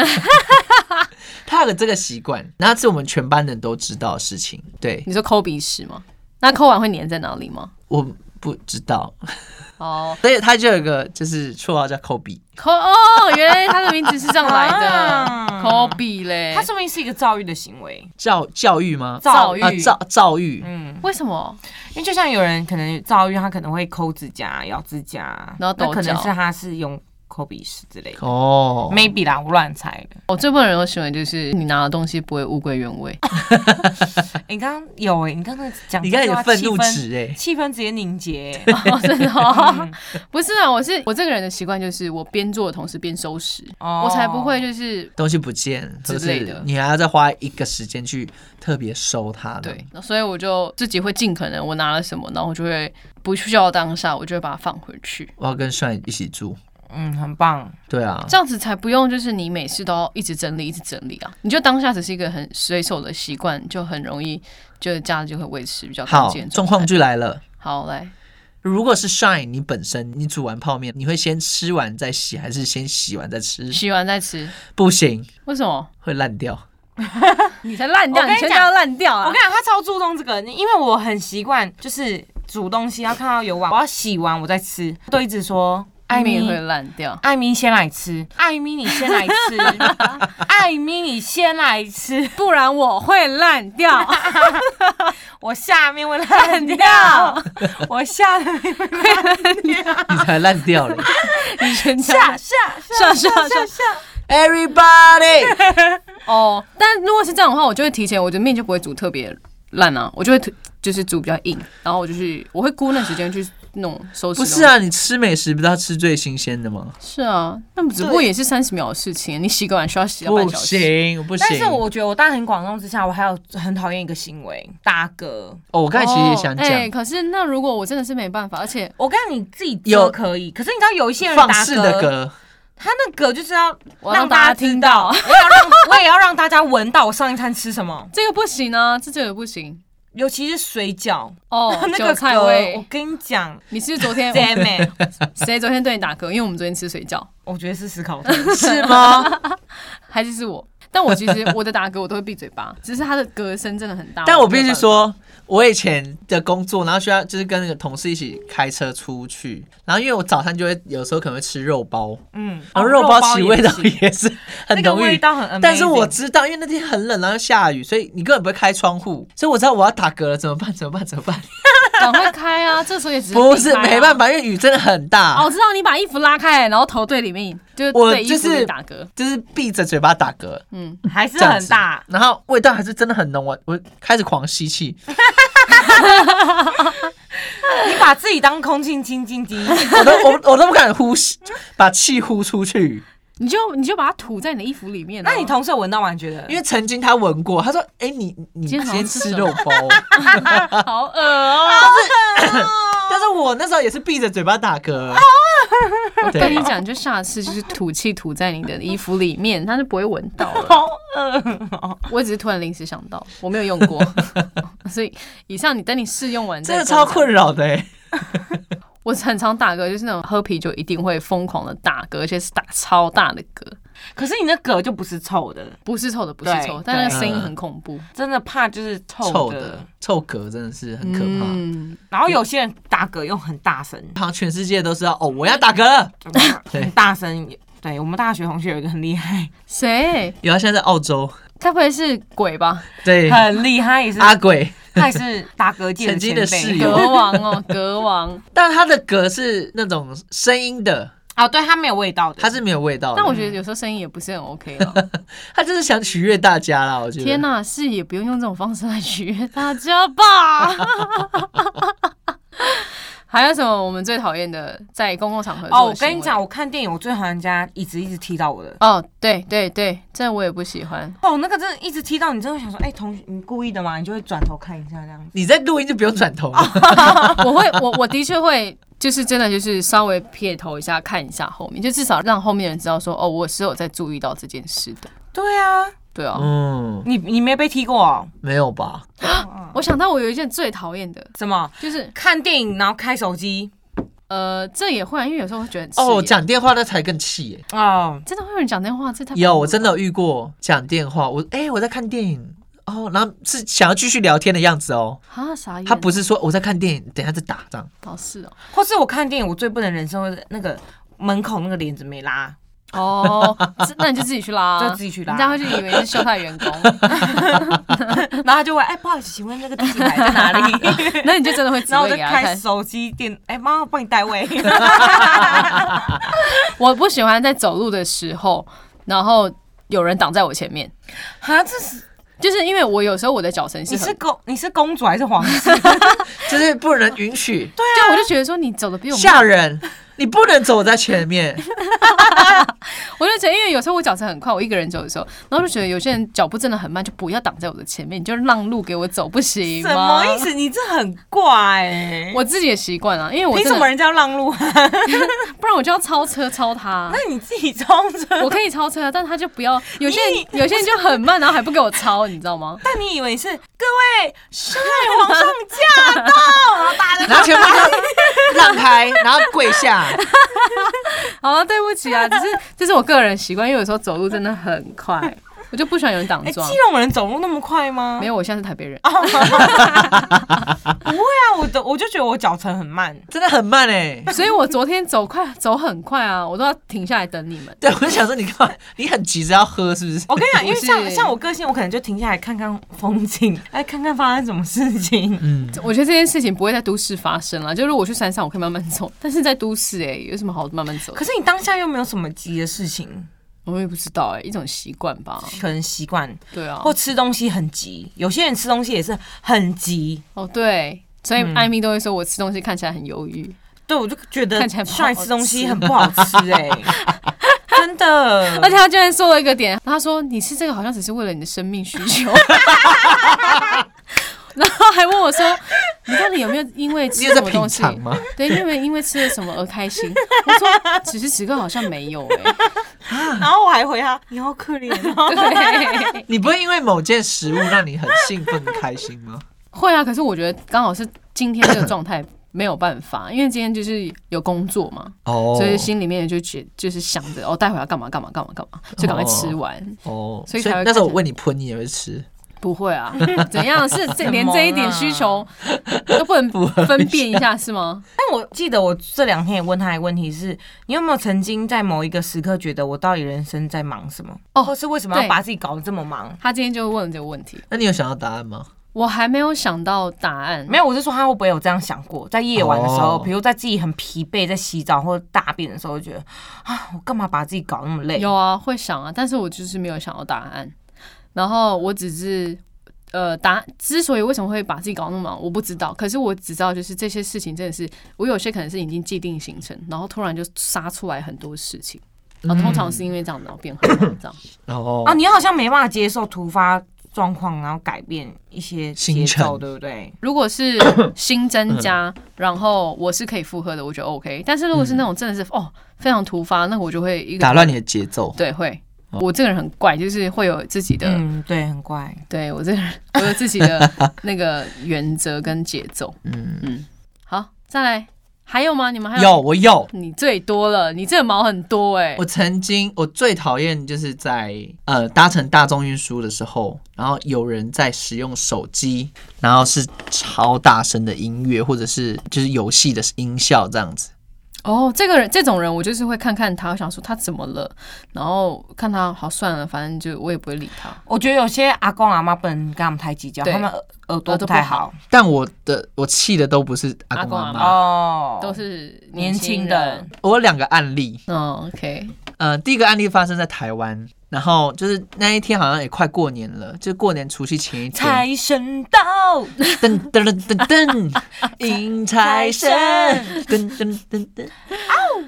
[SPEAKER 4] 他有这个习惯，那是我们全班人都知道的事情。对，
[SPEAKER 1] 你说抠鼻屎吗？那抠完会粘在哪里吗？
[SPEAKER 4] 我不知道，
[SPEAKER 1] 哦，
[SPEAKER 4] 所以他就有一个就是绰号叫抠鼻。
[SPEAKER 1] 抠哦，原来他的名字是这样来的，
[SPEAKER 5] 啊
[SPEAKER 1] 抠鼻嘞
[SPEAKER 5] 他。说明是一个躁郁的行为，
[SPEAKER 4] 教教育吗？
[SPEAKER 1] 躁
[SPEAKER 5] 躁
[SPEAKER 1] 郁
[SPEAKER 5] 郁
[SPEAKER 4] 啊，躁躁郁。
[SPEAKER 5] 嗯，
[SPEAKER 1] 为什么？
[SPEAKER 5] 因为就像有人可能躁郁，他可能会抠指甲、咬指甲，
[SPEAKER 1] 然后抖
[SPEAKER 5] 那可能
[SPEAKER 1] 脚
[SPEAKER 5] 是他是用抠鼻屎之类的
[SPEAKER 4] 哦，
[SPEAKER 5] ，maybe 啦，我乱猜的。
[SPEAKER 1] 我最不能有行为就是你拿的东西不会物归原 位。
[SPEAKER 5] 你刚刚有哎、你刚刚讲
[SPEAKER 4] 你看你
[SPEAKER 5] 这句
[SPEAKER 4] 的
[SPEAKER 5] 话
[SPEAKER 4] 愤怒，
[SPEAKER 5] 气
[SPEAKER 4] 值哎
[SPEAKER 5] 氛，气氛直接凝 结、
[SPEAKER 1] 哦，真的哦，
[SPEAKER 4] 嗯
[SPEAKER 1] 不是啊，我是我这个人的习惯就是我边做的同时边收拾，
[SPEAKER 5] 哦
[SPEAKER 1] 我才不会就是
[SPEAKER 4] 东西不见
[SPEAKER 1] 之类的
[SPEAKER 4] 或是你还要再花一个时间去特别收它。
[SPEAKER 1] 对，，所以我就自己会尽可能，我拿了什么，然后我就会不需要当下，我就会把它放回去，
[SPEAKER 4] 我要跟帅一起住。
[SPEAKER 5] 嗯，很棒。
[SPEAKER 4] 对啊，
[SPEAKER 1] 这样子才不用就是你每次都要一直整理，一直整理啊，你就当下只是一个很随手的习惯，就很容易就是家里就会维持比较干
[SPEAKER 4] 好
[SPEAKER 1] 净的，
[SPEAKER 4] 状况
[SPEAKER 1] 态
[SPEAKER 4] 就来了。
[SPEAKER 1] 好来，
[SPEAKER 4] 如果是 shine，你本身你煮完泡面，你会先吃完再洗，还是先洗完 再吃？
[SPEAKER 1] 洗完再吃，
[SPEAKER 4] 不行，
[SPEAKER 1] 为什么？
[SPEAKER 4] 会烂掉。
[SPEAKER 1] 你才烂掉，
[SPEAKER 5] 我
[SPEAKER 1] 你
[SPEAKER 5] 跟你
[SPEAKER 1] 全家
[SPEAKER 5] 讲
[SPEAKER 1] 要烂掉
[SPEAKER 5] 我
[SPEAKER 1] 啊
[SPEAKER 5] 跟你！讲，他超注重这个，因为我很习惯就是煮东西，要看到有碗，我要洗完我再吃，都一直说艾
[SPEAKER 1] 面
[SPEAKER 5] 米
[SPEAKER 1] 也。会烂掉，
[SPEAKER 5] 艾米先来吃，艾米你先来 吃，艾米你先来吃，
[SPEAKER 1] 不然我会烂掉，
[SPEAKER 5] 我下面会 烂掉，我下面会
[SPEAKER 4] 你才烂掉嘞
[SPEAKER 1] 你全
[SPEAKER 5] 下
[SPEAKER 1] 家
[SPEAKER 5] 下
[SPEAKER 1] 下下下
[SPEAKER 5] 下，
[SPEAKER 4] ！Everybody，
[SPEAKER 1] 哦。但如果是这样的话，我就会提前，我的面就不会煮特别烂啊，我就会提就是煮比较硬，然后我就去，我会估那时间去弄收拾。
[SPEAKER 4] 不是，啊，你吃美食不是要吃最新鲜的吗？
[SPEAKER 1] 是啊，那只不过也是三十秒的事情，你洗个碗需要洗到半
[SPEAKER 4] 不
[SPEAKER 1] 小时。
[SPEAKER 4] 行，我不行。
[SPEAKER 5] 但是我觉得我大庭广众之下，我还有很讨厌一个行为，打嗝。
[SPEAKER 4] 哦，我刚才其实也想
[SPEAKER 1] 哦哎、
[SPEAKER 4] 讲，
[SPEAKER 1] 可是那如果我真的是没办法，而且
[SPEAKER 5] 我跟你自己
[SPEAKER 4] 有
[SPEAKER 5] 遮可以，可是你知道有一些人打
[SPEAKER 4] 放
[SPEAKER 5] 嗝，
[SPEAKER 4] 肆的嗝，
[SPEAKER 5] 他那嗝就是要
[SPEAKER 1] 我要让
[SPEAKER 5] 让
[SPEAKER 1] 大
[SPEAKER 5] 大
[SPEAKER 1] 家
[SPEAKER 5] 家
[SPEAKER 1] 听
[SPEAKER 5] 知
[SPEAKER 1] 到
[SPEAKER 5] 道，我也要让我也要让大家闻到我上一餐吃什么。
[SPEAKER 1] 这个不行啊，这这个不行。
[SPEAKER 5] 尤其是水饺
[SPEAKER 1] 哦
[SPEAKER 5] 那
[SPEAKER 1] 韭
[SPEAKER 5] 个
[SPEAKER 1] 菜
[SPEAKER 5] 嗝
[SPEAKER 1] 味
[SPEAKER 5] 我跟你讲
[SPEAKER 1] 你是不是昨天
[SPEAKER 5] ，damn it，
[SPEAKER 1] 谁昨天对你打嗝？因为我们昨天吃水饺，
[SPEAKER 5] 我觉得是思考
[SPEAKER 4] 是吗？
[SPEAKER 1] 还是是我？但我其实我的打嗝我都会闭嘴巴，只是他的嗝声真的很大。
[SPEAKER 4] 但我
[SPEAKER 1] 没
[SPEAKER 4] 必
[SPEAKER 1] 有
[SPEAKER 4] 须
[SPEAKER 1] 办法，
[SPEAKER 4] 说，我以前的工作，然后需要就是跟那个同事一起开车出去，然后因为我早餐就会有时候可能会吃肉包，
[SPEAKER 5] 嗯，
[SPEAKER 4] 然后
[SPEAKER 5] 肉
[SPEAKER 4] 哦包其实味
[SPEAKER 5] 也
[SPEAKER 4] 道
[SPEAKER 5] 行
[SPEAKER 4] 也是很
[SPEAKER 5] 那个
[SPEAKER 4] 浓
[SPEAKER 5] 味
[SPEAKER 4] 郁。
[SPEAKER 5] 道很 amazing，
[SPEAKER 4] 但是我知道，因为那天很冷，然后下雨，所以你根本不会开窗户，所以我知道我要打嗝了，怎么办？怎么办？怎么办？
[SPEAKER 1] 赶快开啊！这时候也只是
[SPEAKER 4] 不是
[SPEAKER 1] 闭开啊
[SPEAKER 4] 没办。法，因为雨真的很大，
[SPEAKER 1] 哦，我知道你把衣服拉开，然后头对里面，就是
[SPEAKER 4] 我
[SPEAKER 1] 对衣服
[SPEAKER 4] 就是
[SPEAKER 1] 里打嗝。
[SPEAKER 4] 就是闭着嘴巴打嗝，
[SPEAKER 1] 嗯，
[SPEAKER 5] 还是
[SPEAKER 4] 这样
[SPEAKER 5] 很
[SPEAKER 4] 子
[SPEAKER 5] 大，
[SPEAKER 4] 然后味道还是真的很浓，我我开始狂吸气，
[SPEAKER 5] 你把自己当空气清净机，
[SPEAKER 4] 我都我我都不敢呼吸，把气呼出去。
[SPEAKER 1] 你就你就把它吐在你的衣服里面啊。
[SPEAKER 5] 那你同事有闻到完觉得，
[SPEAKER 4] 因为曾经他闻过，他说：“哎、你你
[SPEAKER 1] 今
[SPEAKER 4] 今
[SPEAKER 1] 天好像
[SPEAKER 4] 天
[SPEAKER 1] 吃
[SPEAKER 4] 吃
[SPEAKER 1] 什么
[SPEAKER 4] 肉包。
[SPEAKER 1] 好恶哦、”
[SPEAKER 4] 但是我那时候也是闭着嘴巴 打嗝。
[SPEAKER 1] 我跟
[SPEAKER 4] 对
[SPEAKER 1] 你，讲，就下次就是吐气吐在你的衣服里面，它就不会闻到了。
[SPEAKER 5] 好饿哦，
[SPEAKER 1] 我只是突然临时想到，我没有用过， 所以以上你等你试用完再
[SPEAKER 4] 真的
[SPEAKER 1] 跟我
[SPEAKER 4] 超
[SPEAKER 1] 讲
[SPEAKER 4] 困扰的、欸。
[SPEAKER 1] 我很常打嗝，就是那种喝啤酒一定会疯狂的打嗝，而且是打超大的嗝，
[SPEAKER 5] 可是你那嗝就不是臭的，
[SPEAKER 1] 不是臭的，不是
[SPEAKER 5] 对
[SPEAKER 1] 臭的，但那个
[SPEAKER 5] 对
[SPEAKER 1] 声音很恐怖，
[SPEAKER 5] 真的怕就是臭
[SPEAKER 4] 臭的臭嗝真的是很可怕，
[SPEAKER 1] 嗯，
[SPEAKER 5] 然后有些人打嗝又很大声，
[SPEAKER 4] 好像全世界都知道哦，我要打嗝了。
[SPEAKER 5] 就很
[SPEAKER 4] 对
[SPEAKER 5] 大声。对我们大学同学有一个很厉害，
[SPEAKER 1] 谁？
[SPEAKER 4] 然后现在在澳洲，
[SPEAKER 1] 该不会是鬼 吧？
[SPEAKER 4] 对
[SPEAKER 5] 很厉害， 也是
[SPEAKER 4] 阿鬼，
[SPEAKER 5] 他也是打嗝界
[SPEAKER 4] 曾经的
[SPEAKER 5] 前辈
[SPEAKER 4] 室友
[SPEAKER 1] 嗝王 哦，嗝王。
[SPEAKER 4] 但他的嗝是那种声音的，
[SPEAKER 5] 哦，对他没有味道的，
[SPEAKER 4] 他是没有味道的。
[SPEAKER 1] 但我觉得有时候声音也不是很 OK 了。
[SPEAKER 4] 他就是想取悦大家啦，我觉得。
[SPEAKER 1] 天呐，是也不用用这种方式来取悦大家吧。 还有什么我们最讨厌的在公共场合？
[SPEAKER 5] 哦，我跟你讲，，我看电影我最讨厌人家一直一直踢到我的。
[SPEAKER 1] 哦，对对对，这我也不喜欢。
[SPEAKER 5] 哦，那个真的一直踢到你，真的会想说，哎、同学，你故意的吗？你就会转头看一下这样子。
[SPEAKER 4] 你在录音就不用转头了，
[SPEAKER 5] 啊
[SPEAKER 1] 我会，我我的确会，就是真的就是稍微撇头一下看一下后面，就至少让后面人知道说，哦，我是有在注意到这件事的。
[SPEAKER 5] 对啊，
[SPEAKER 1] 对啊，
[SPEAKER 4] 嗯，
[SPEAKER 5] 你你没被踢过、哦？
[SPEAKER 4] 没有吧？
[SPEAKER 1] 我想到我有一件最讨厌的，
[SPEAKER 5] 什么？
[SPEAKER 1] 就是
[SPEAKER 5] 看电影然后开手机？
[SPEAKER 1] 呃，这也会啊，因为有时候会觉得很
[SPEAKER 4] 哦，
[SPEAKER 1] 刺眼
[SPEAKER 4] 讲电话那才更气耶、
[SPEAKER 5] 哦，
[SPEAKER 1] 真的会有人讲电话，这太
[SPEAKER 4] 有，我
[SPEAKER 1] 的。
[SPEAKER 4] 真的有遇过讲电话，我哎、我在看电影哦，然后是想要继续聊天的样子哦，
[SPEAKER 1] 啊，傻眼。
[SPEAKER 4] 他不是说我在看电影，等一下再打这样。
[SPEAKER 1] 哦，是哦。
[SPEAKER 5] 或是我看电影，我最不能忍受的那个门口那个帘子没拉，
[SPEAKER 1] 哦，这那你就自己去拉、
[SPEAKER 5] 就自己去拉
[SPEAKER 1] 人家会 就以为是秀泰员工，
[SPEAKER 5] 然后他就会，哎、不好意思，请问那个地址牌在哪里？
[SPEAKER 1] 那你就真的 会指啊
[SPEAKER 5] 然后
[SPEAKER 1] 挥
[SPEAKER 5] 我就
[SPEAKER 1] 给他
[SPEAKER 5] 开
[SPEAKER 1] 看。
[SPEAKER 5] 手机电，哎、妈，我帮你 带位。
[SPEAKER 1] 我不喜欢在走路的时候，然后有人挡在我前面，
[SPEAKER 5] 哈，这是
[SPEAKER 1] 就是因为我有时候我的脚程是
[SPEAKER 5] 你
[SPEAKER 1] 很
[SPEAKER 5] 是公你是公主还是皇室？
[SPEAKER 4] 就是不能 允许
[SPEAKER 5] 啊
[SPEAKER 1] 就我就觉得说你走的比我慢
[SPEAKER 4] 吓，人，你不能走在 前面，
[SPEAKER 1] 我就觉得因为有时候我脚程很快，我一个人走的时候，然后就觉得有些人脚步真的很慢，就不要挡在我的前面，你就让路给我走，不行吗？
[SPEAKER 5] 什么意？思？你这很怪哎、
[SPEAKER 1] 我自己也习惯啊了，因为我
[SPEAKER 5] 凭
[SPEAKER 1] 真
[SPEAKER 5] 什
[SPEAKER 1] 的
[SPEAKER 5] 么人家要让路啊？
[SPEAKER 1] 不然我就要超车超他。
[SPEAKER 5] 那你自己装 着。
[SPEAKER 1] 我可以超车，但他就不要。有些人有些人就很慢，然后还不给我超，你知道吗？
[SPEAKER 5] 但你以为是各位是皇上 驾到，然后大家
[SPEAKER 4] 然后全部都让开，然后跪 下，
[SPEAKER 1] 好了，对不起 啊，只是这是我个人习惯，因为有时候走路真的很快，我就不喜欢有人挡
[SPEAKER 5] 哎，哦
[SPEAKER 1] 撞
[SPEAKER 5] 基。隆人走路那么快吗？
[SPEAKER 1] 没有，我现在是台北人，
[SPEAKER 5] 不会啊，我的我就觉得我脚程很慢。
[SPEAKER 4] 真的很慢哎、
[SPEAKER 1] 所以我昨天走快走很快啊，我都要停下来等你们。
[SPEAKER 4] 对，我就想说你干嘛？你很急着要喝是不
[SPEAKER 1] 哦
[SPEAKER 4] 是？
[SPEAKER 5] 我跟你讲，因为
[SPEAKER 1] 不
[SPEAKER 5] 像
[SPEAKER 1] 是
[SPEAKER 5] 像我个性，我可能就停下来看看 风景，哎，看看发生什么事情。
[SPEAKER 1] 我觉得这件事情不会在都市发生了，就如果我去山上，我可以慢慢走，但是在都市哎、有什么好慢慢走的
[SPEAKER 5] 可？是你当下又没有什么急的事情，
[SPEAKER 1] 我也不知道哎、一种习惯吧。
[SPEAKER 5] 可能习惯
[SPEAKER 1] 对啊，
[SPEAKER 5] 或吃东西很急，有些人吃东西也是很急。
[SPEAKER 1] 哦对，所以艾米都会说我吃东西看起来很忧郁。
[SPEAKER 5] 对，我就觉得
[SPEAKER 1] 看起来不好
[SPEAKER 5] 上一次东西很不好吃 哎、真的。
[SPEAKER 1] 而且他居然说了一个点，他说你吃这个好像只是为了你的生命需 求，然后还问我说，你到底有没有因为
[SPEAKER 4] 你
[SPEAKER 1] 吃
[SPEAKER 4] 有
[SPEAKER 1] 什
[SPEAKER 4] 在
[SPEAKER 1] 么
[SPEAKER 4] 品
[SPEAKER 1] 东西？
[SPEAKER 4] 尝吗？
[SPEAKER 1] 对，你有没有因为吃了什么而开心？我说此时此刻好像没有 哎、
[SPEAKER 5] 然后我还回他，你 好可怜哦。
[SPEAKER 1] 对，
[SPEAKER 4] 你不会因为某件食物让你很兴奋、开心吗？
[SPEAKER 1] 会啊，可是我觉得刚好是今天这个状态没有办法，因为今天就是有工作嘛，
[SPEAKER 4] 哦
[SPEAKER 1] 所以心里面就觉就是想着哦，待会要干嘛干嘛干嘛干嘛，就赶快吃完。
[SPEAKER 4] 哦，
[SPEAKER 1] 所
[SPEAKER 4] 所
[SPEAKER 1] 以
[SPEAKER 4] 以
[SPEAKER 1] 才会
[SPEAKER 4] 那时候我问你喷，你也会吃，
[SPEAKER 1] 不会啊， 怎样是这连
[SPEAKER 5] 怎么
[SPEAKER 1] 这一点需求都不能分辨一下是吗？
[SPEAKER 5] 但我记得我这两天也问他一个问题是：你有没有曾经在某一个时刻觉得我到底人生在忙什么？
[SPEAKER 1] 哦
[SPEAKER 5] 或是为什么要
[SPEAKER 1] 对
[SPEAKER 5] 把自己搞得这么忙？
[SPEAKER 1] 他今天就问了这个问题，
[SPEAKER 4] 那你有想要答案吗？
[SPEAKER 1] 我还没有想到答案。
[SPEAKER 5] 没有，我是说他会不会有这样想过，在夜晚的时候，
[SPEAKER 4] 哦
[SPEAKER 5] 比如在自己很疲惫，在洗澡或者大便的时候，就觉得啊，我干嘛把自己搞那么累？
[SPEAKER 1] 有啊，会想啊，但是我就是没有想到答案。然后我只是，呃，答之所以为什么会把自己搞那么忙，我不知道。可是我只知道，就是这些事情真的是，我有些可能是已经既定行程，然后突然就杀出来很多事情。然哦后通
[SPEAKER 4] 嗯
[SPEAKER 1] 常是因为这样，然后变很忙这样。
[SPEAKER 4] 哦
[SPEAKER 5] 啊，，你好像没办法接受突发状况，然后改变一些节
[SPEAKER 4] 行
[SPEAKER 5] 奏，
[SPEAKER 4] 程
[SPEAKER 5] 对不对？
[SPEAKER 1] 如果 是新增加，
[SPEAKER 4] 嗯
[SPEAKER 1] 然后我是可以负荷的，我觉得 OK。但是如果是那种真的是、哦非常突发，那我就会一个
[SPEAKER 4] 打乱你的节奏，
[SPEAKER 1] 对会。我这个人很怪，就是会有自己的，
[SPEAKER 5] 嗯，对，很怪。
[SPEAKER 1] 对我这个人我有自己 的那个原则跟节奏。
[SPEAKER 4] 嗯，
[SPEAKER 1] 嗯，好，再来，还有吗？你们还
[SPEAKER 4] 有？我有，
[SPEAKER 1] 你最多了，你这个毛很多哎、
[SPEAKER 4] 我曾经我最讨厌就是在呃搭乘大众运输的时候，然后有人在使用手机，然后是超大声的音乐或者是就是游戏的音效这样子。
[SPEAKER 1] 哦，这个人这种人，我就是会看看他，我想说他怎么了，然后看他好算了，反正就我也不会理他。
[SPEAKER 5] 我觉得有些阿公阿妈不能跟他们太计较，
[SPEAKER 1] 对
[SPEAKER 5] 他们耳耳朵
[SPEAKER 1] 耳朵不
[SPEAKER 5] 不太
[SPEAKER 1] 好
[SPEAKER 5] 好
[SPEAKER 4] 但我的我气的都不是阿公
[SPEAKER 1] 阿
[SPEAKER 4] 阿
[SPEAKER 1] 公阿
[SPEAKER 4] 妈，
[SPEAKER 5] 哦，
[SPEAKER 1] 都是
[SPEAKER 5] 年轻
[SPEAKER 1] 人
[SPEAKER 5] 人。。
[SPEAKER 4] 我有两个案例，
[SPEAKER 1] 嗯，OK，
[SPEAKER 4] 呃，第一个案例发生在台湾，然后就是那一天好像也快过年了，就过年除夕前一天，
[SPEAKER 5] 财神到，
[SPEAKER 4] 噔噔噔噔噔，迎财神，噔噔噔噔，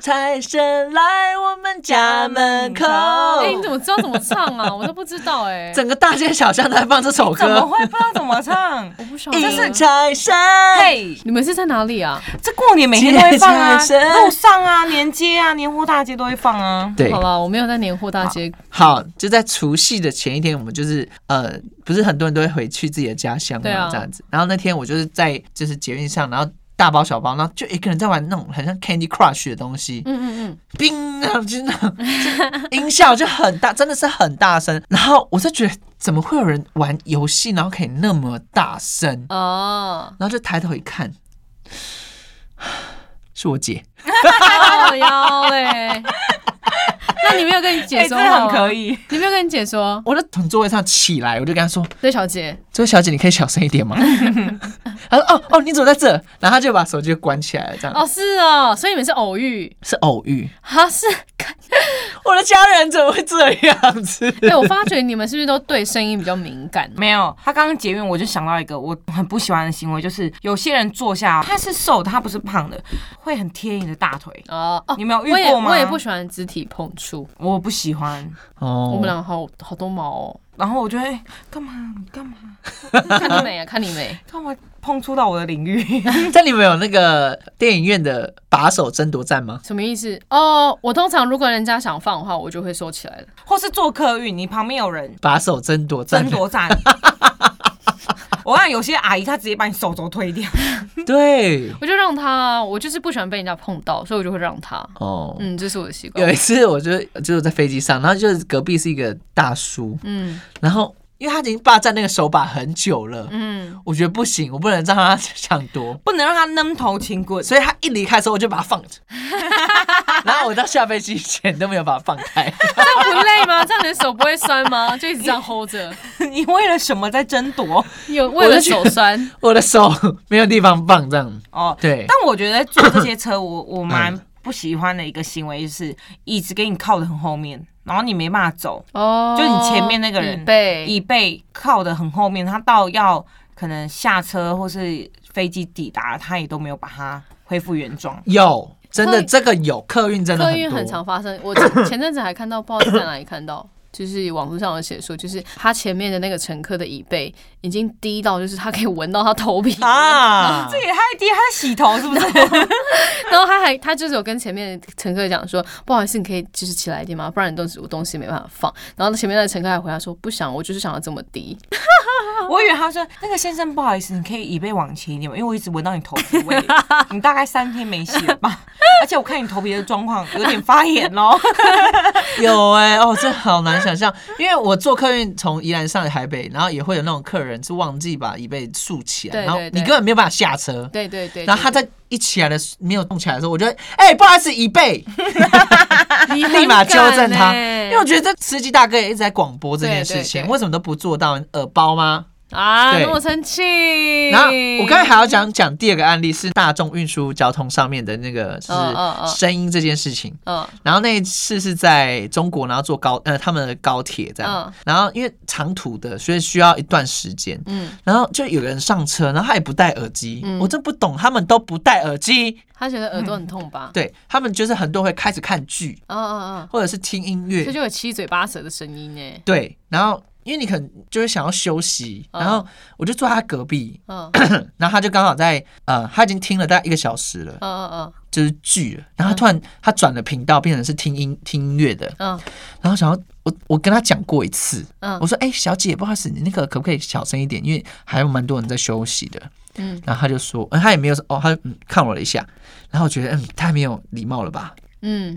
[SPEAKER 4] 财神来我们家门口，
[SPEAKER 5] 哦
[SPEAKER 1] 哎、你怎么知道怎么唱啊？我都不知道哎、
[SPEAKER 4] 整个大街小巷都在放这首
[SPEAKER 5] 怎么
[SPEAKER 4] 歌，
[SPEAKER 5] 会不知道怎么唱？
[SPEAKER 1] 我不晓得。
[SPEAKER 4] 迎财神，
[SPEAKER 5] 嘿，
[SPEAKER 1] 你们是在哪里啊？
[SPEAKER 5] 哎这过年每天都会放啊
[SPEAKER 4] 切财，神
[SPEAKER 5] 路上啊，年街啊，年货大街都会放啊。
[SPEAKER 4] 对
[SPEAKER 1] 好。啦，我没有在年货大街，
[SPEAKER 4] 好，就在除夕的前一天，我们就是呃，不是很多人都会回去自己的家乡嘛，
[SPEAKER 1] 对啊
[SPEAKER 4] 这样子。然后那天我就是在就是捷运上，然后大包小包，然后就一个人在玩那种很像 Candy Crush 的东西，
[SPEAKER 1] 嗯嗯嗯，
[SPEAKER 4] 冰啊，就是那种就音效就很大，真的是很大声。然后我就觉得，怎么会有人玩游戏然后可以那么大声？
[SPEAKER 5] 嗯
[SPEAKER 1] 哦，
[SPEAKER 4] 然后就抬头一看， 是我姐。
[SPEAKER 1] 靠腰 嘞。那你没有跟 你姐
[SPEAKER 5] 哎，
[SPEAKER 1] 说
[SPEAKER 5] 真
[SPEAKER 1] 话
[SPEAKER 5] 的很
[SPEAKER 1] 吗？
[SPEAKER 5] 可以。
[SPEAKER 1] 你没有跟你姐说，
[SPEAKER 4] 我就从座位上起来，我就跟她说：“
[SPEAKER 1] 对，小姐，
[SPEAKER 4] 这位小姐，你可以小声一 点吗？”她说：“哦哦，你怎么在这？”然后她就把手机关起来了，这样、
[SPEAKER 1] 哦，是哦，所以你们是偶遇，
[SPEAKER 4] 是偶遇。
[SPEAKER 1] 啊，是。
[SPEAKER 4] 我的家人怎么会这样子？
[SPEAKER 1] 对，哎我发觉你们是不是都对声音比较敏感？
[SPEAKER 5] 没有，他刚刚捷运，我就想到一个我很不喜欢的行为，就是有些人坐下，他是瘦的，他不是胖的，会很贴你的大腿，
[SPEAKER 1] 哦哦，
[SPEAKER 5] 你没有遇
[SPEAKER 1] 我也
[SPEAKER 5] 过吗
[SPEAKER 1] 我也不喜欢肢体碰触，
[SPEAKER 5] 我不喜欢。
[SPEAKER 4] 哦
[SPEAKER 1] 我们两个好好多毛哦。
[SPEAKER 5] 然后我就会哎干嘛？你干嘛？
[SPEAKER 1] 看你美啊，看你美。
[SPEAKER 5] 干嘛碰触到我的领域？
[SPEAKER 4] 但你们有那个电影院的把手争夺战吗？
[SPEAKER 1] 什么意思？哦，我通常如果人家想放的话，我就会收起来了。
[SPEAKER 5] 或是坐客运，你旁边有人
[SPEAKER 4] 把手争夺战，
[SPEAKER 5] 争 夺战。我看有些阿姨，她直接把你手肘推掉。
[SPEAKER 4] 对，
[SPEAKER 1] 我就让他，我就是不喜欢被人家碰到，所以我就会让他。
[SPEAKER 4] 哦，
[SPEAKER 1] 嗯，这是我的习惯
[SPEAKER 4] 有。一次我就就是在飞机上，然后就是隔壁是一个大叔，
[SPEAKER 1] 嗯
[SPEAKER 4] 然后因为他已经霸占那个手把很久了，
[SPEAKER 1] 嗯，
[SPEAKER 4] 我觉得不行，我不能让他 抢夺，
[SPEAKER 5] 不能让他扔头轻棍，
[SPEAKER 4] 所以他一离开的时候我就把 他放着，然后我到下飞机前都没有把他放开，
[SPEAKER 1] 这样不累吗？这样你的手不会酸吗？就一直这样 hold 着，
[SPEAKER 5] 你为了什么在争夺？
[SPEAKER 1] 有为了手酸。
[SPEAKER 4] 我的手没有地方放，这样
[SPEAKER 5] 哦，
[SPEAKER 4] 对
[SPEAKER 5] 但我觉得坐这些车，我我蛮不喜欢的一个行为就是椅子给你靠的很后面，然后你没办法走，
[SPEAKER 1] 哦
[SPEAKER 5] 就你前面那个人
[SPEAKER 1] 椅背
[SPEAKER 5] 椅背靠的很后面，他到要可能下车或是飞机抵达，他也都没有把它恢复原状。
[SPEAKER 4] 有真
[SPEAKER 1] 客
[SPEAKER 4] 的
[SPEAKER 1] 运
[SPEAKER 4] 这个有客运真的
[SPEAKER 1] 客
[SPEAKER 4] 很
[SPEAKER 1] 运
[SPEAKER 4] 多
[SPEAKER 1] 很常发生。我前 前阵子还看到，不知道是在哪里看到，就是网络上有写说，就是他前面的那个乘客的椅背已经低到，就是他可以闻到他头 皮，
[SPEAKER 4] 啊
[SPEAKER 5] 这，也太低，他在洗头是不是？
[SPEAKER 1] 然后他还他就是有跟前面的乘客讲说，不好意思，你可以就是起来一点吗？不然你东西我东西没办法放。然后前面的乘客还回答说，不想，我就是想要这么低。
[SPEAKER 5] 我以为他说那个先生不好意思，你可以椅背往前一点吗？因为我一直闻到你头皮味，你大概三天没洗了吧？而且我看你头皮的状况有点发炎哦咯。
[SPEAKER 4] 有哎、哦，这好难想象，因为我坐客运从宜兰上台北，然后也会有那种客人是忘记把椅背竖起来，
[SPEAKER 1] 对对
[SPEAKER 4] 然后
[SPEAKER 1] 对
[SPEAKER 4] 你根本没有办法下车。
[SPEAKER 1] 对对对，
[SPEAKER 4] 然后他在一起来的时没有动起来的时候，我就会哎、不好意思，椅背，
[SPEAKER 1] 你
[SPEAKER 4] 立马纠正他，因为我
[SPEAKER 1] 因
[SPEAKER 4] 觉得这司机大哥也一直在广播这
[SPEAKER 1] 对对
[SPEAKER 4] 件事情，
[SPEAKER 1] 对
[SPEAKER 4] 为什么都不做到？耳包吗？
[SPEAKER 1] 啊，
[SPEAKER 4] 对
[SPEAKER 1] 那么生气。
[SPEAKER 4] 然后我刚才还要讲讲第二个案例是大众运输交通上面的那个就
[SPEAKER 1] 嗯嗯嗯
[SPEAKER 4] 是声音这件事情。
[SPEAKER 1] 嗯
[SPEAKER 4] 然后那一次是在中国，然后坐高呃他们的高铁这样，
[SPEAKER 1] 嗯
[SPEAKER 4] 然后因为长途的，所以需要一段时间。
[SPEAKER 1] 嗯，
[SPEAKER 4] 然后就有人上车，然后他也不戴耳机，我真不懂他们都不戴耳机。
[SPEAKER 1] 他觉得耳朵很痛吧？
[SPEAKER 4] 对他们就是很多人会开始看剧，
[SPEAKER 1] 嗯嗯
[SPEAKER 4] 或者是听音
[SPEAKER 1] 嗯，所以
[SPEAKER 4] 乐，
[SPEAKER 1] 就有七嘴八舌的声音呢。
[SPEAKER 4] 对，然后因为你可能就会想要休息，
[SPEAKER 1] 嗯
[SPEAKER 4] 然后我就坐他隔壁，
[SPEAKER 1] 嗯
[SPEAKER 4] 然后他就刚好在呃他已经听了大概一个小时了
[SPEAKER 1] 嗯，嗯
[SPEAKER 4] 就是剧了，然后他突然他转了频道变成是听音听音乐的，
[SPEAKER 1] 嗯
[SPEAKER 4] 然后想要我我跟他讲过一次，
[SPEAKER 1] 嗯
[SPEAKER 4] 我说哎、小姐不好意思，你那个可不可以小声一点，因为还有蛮多人在休息的。
[SPEAKER 1] 嗯
[SPEAKER 4] 然后他就说，呃、他也没有说哦，他就嗯看我了一下，然后我觉得嗯太没有礼貌了吧。
[SPEAKER 1] 嗯，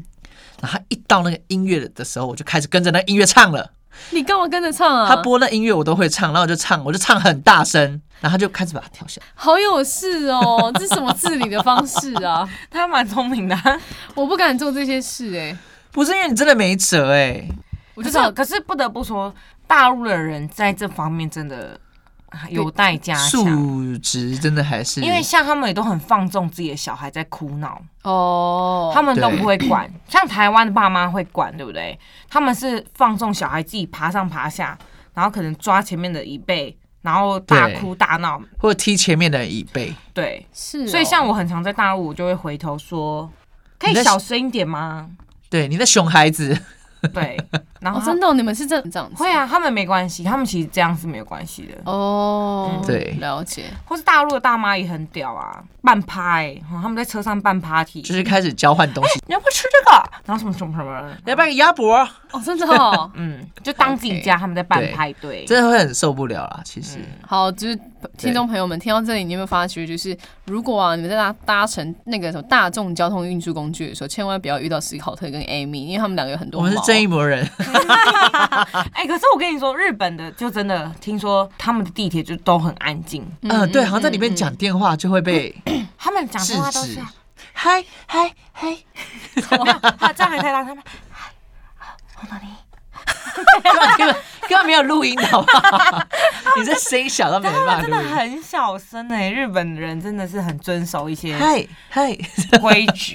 [SPEAKER 4] 然后他一到那个音乐的时候，我就开始跟着那音乐唱了。
[SPEAKER 1] 你干嘛跟着唱啊？
[SPEAKER 4] 他播那音乐我都会唱，然后我就唱，我就唱很大声，然后他就开始把它跳下来。
[SPEAKER 1] 好有事哦，这是什么治理的方式啊？
[SPEAKER 5] 他蛮聪明的啊、
[SPEAKER 1] 我不敢做这些事哎，
[SPEAKER 4] 不是因为你真的没辙哎、
[SPEAKER 1] 我
[SPEAKER 5] 可
[SPEAKER 1] 就是想
[SPEAKER 5] 可是不得不说，大陆的人在这方面真的有待加强，
[SPEAKER 4] 数值真的还是
[SPEAKER 5] 因为像他们也都很放纵自己的小孩在哭闹，
[SPEAKER 1] 哦，
[SPEAKER 5] 他们都
[SPEAKER 4] 对
[SPEAKER 5] 不会管。像台湾的爸妈会管，对不对？他们是放纵小孩自己爬上爬下，然后可能抓前面的椅背，然后大
[SPEAKER 4] 对
[SPEAKER 5] 哭大闹，
[SPEAKER 4] 或者踢前面的人椅背，
[SPEAKER 5] 对。
[SPEAKER 1] 是哦，
[SPEAKER 5] 所以像我很常在大陆，我就会回头说，可以
[SPEAKER 4] 你在
[SPEAKER 5] 小声一点吗？对
[SPEAKER 4] 对你的熊孩 子，
[SPEAKER 5] 对，然后
[SPEAKER 1] 哦，
[SPEAKER 5] 他
[SPEAKER 1] 真的哦你们是这这样子
[SPEAKER 5] 会啊，他们没关系，他们其实这样是没有关系的。
[SPEAKER 1] 哦，
[SPEAKER 4] 对
[SPEAKER 1] 了解，
[SPEAKER 5] 或是大陆的大妈也很屌啊，半趴欸，哦他们在车上办 party，
[SPEAKER 4] 就是开始交换东西，
[SPEAKER 5] 你要不要吃这个，然后什么什么什么，，
[SPEAKER 4] 要不然鸭脖
[SPEAKER 1] 哦，真的哦
[SPEAKER 5] 嗯，就当自己家他们在办派对，
[SPEAKER 4] 真的会很受不了啦。其实，
[SPEAKER 1] 好，就是听众朋友们听到这里，你有没有发觉，就是如果啊你们在搭搭乘那个什么大众交通运输工具的时候，千万不要遇到斯考特跟 Amy，因为他们两个有很多
[SPEAKER 4] 我们是
[SPEAKER 1] 毛
[SPEAKER 4] 正义魔人，
[SPEAKER 5] 哎、可是我跟你说，日本的就真的听说他们的地铁就都很安静，
[SPEAKER 4] 嗯、 对，好像在里面讲电话就会被
[SPEAKER 5] 他们讲
[SPEAKER 4] 制
[SPEAKER 5] 话都
[SPEAKER 4] 止
[SPEAKER 5] 是，。
[SPEAKER 4] 嗨嗨嗨，
[SPEAKER 5] 他这样还太大，他们
[SPEAKER 4] 根本根本根本没有录音的好不好？ 你这声音小到没办法
[SPEAKER 5] 真
[SPEAKER 4] 录
[SPEAKER 5] 的
[SPEAKER 4] 音。
[SPEAKER 5] 很小声哎、日本人真的是很遵守一些
[SPEAKER 4] 嗨嗨，
[SPEAKER 5] 规矩，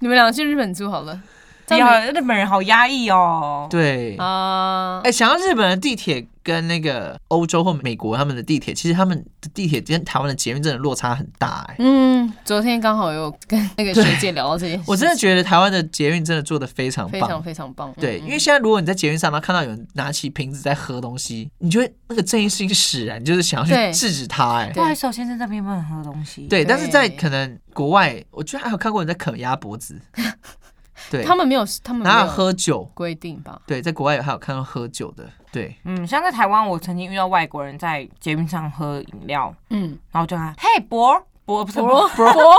[SPEAKER 1] 你们俩去日本住好了，这样
[SPEAKER 5] 呀，日本人好压抑哦。
[SPEAKER 4] 对
[SPEAKER 1] 你。啊
[SPEAKER 4] 哎、，想到日本的地铁跟那个欧洲或美国他们的地铁，其实他们的地铁跟台湾的捷运真的落差很大哎、
[SPEAKER 1] 嗯，昨天刚好有跟那个学姐聊到这件事，
[SPEAKER 4] 我真的觉得台湾的捷运真的做的非常
[SPEAKER 1] 非
[SPEAKER 4] 棒，
[SPEAKER 1] 常非常棒，
[SPEAKER 4] 对，
[SPEAKER 1] 嗯
[SPEAKER 4] 因为现在如果你在捷运上，然后看到有人拿起瓶子在喝东西，你就会那个正义心使然，就是想要
[SPEAKER 1] 对
[SPEAKER 4] 去制止他、哎，
[SPEAKER 1] 对
[SPEAKER 5] 不好意思，我先生这边不能喝东西。，
[SPEAKER 4] 对。但是在
[SPEAKER 1] 对
[SPEAKER 4] 可能国外，我觉得还有看过人在啃鸭脖 子，对，
[SPEAKER 1] 他们没有，他们
[SPEAKER 4] 哪
[SPEAKER 1] 没
[SPEAKER 4] 有喝酒？
[SPEAKER 1] 规定吧？
[SPEAKER 4] 对，在国外还有看到喝酒的，对，
[SPEAKER 5] 嗯，像在台湾，我曾经遇到外国人在捷运上喝饮料，
[SPEAKER 1] 嗯，
[SPEAKER 5] 然后我就喊：“嘿，博博不是博，
[SPEAKER 1] 博博博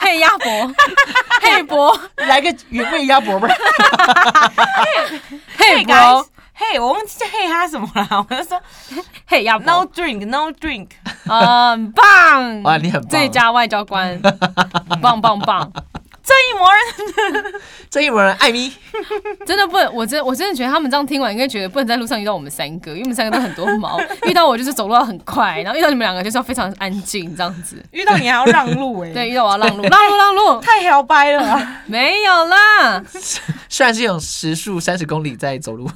[SPEAKER 1] 嘿鸭博，嘿博
[SPEAKER 4] 来个原味鸭脖吧。
[SPEAKER 1] 嘿
[SPEAKER 5] 嘿 guys，
[SPEAKER 1] 博
[SPEAKER 5] 嘿，我忘记叫嘿他什么了， 我就说
[SPEAKER 1] 嘿鸭博呃
[SPEAKER 5] no 哎 drink，no drink。
[SPEAKER 1] 很棒！
[SPEAKER 4] 哇你很棒
[SPEAKER 1] 最佳外交官，棒棒棒！
[SPEAKER 5] 正义魔人，
[SPEAKER 4] 这一轮艾米，
[SPEAKER 1] 真的不能，我真我真的觉得他们这样听完，应该觉得不能在路上遇到我们三个，因为我们三个都很多毛。遇到我就是走路要很快，然后遇到你们两个就是要非常安静这样子。
[SPEAKER 5] 遇到你还要让 路哎、
[SPEAKER 1] 对，，遇到我要让路，让路，让路，
[SPEAKER 5] 太摇摆了 啊。
[SPEAKER 1] 没有啦。
[SPEAKER 4] 虽然是有时速三十公里在走路，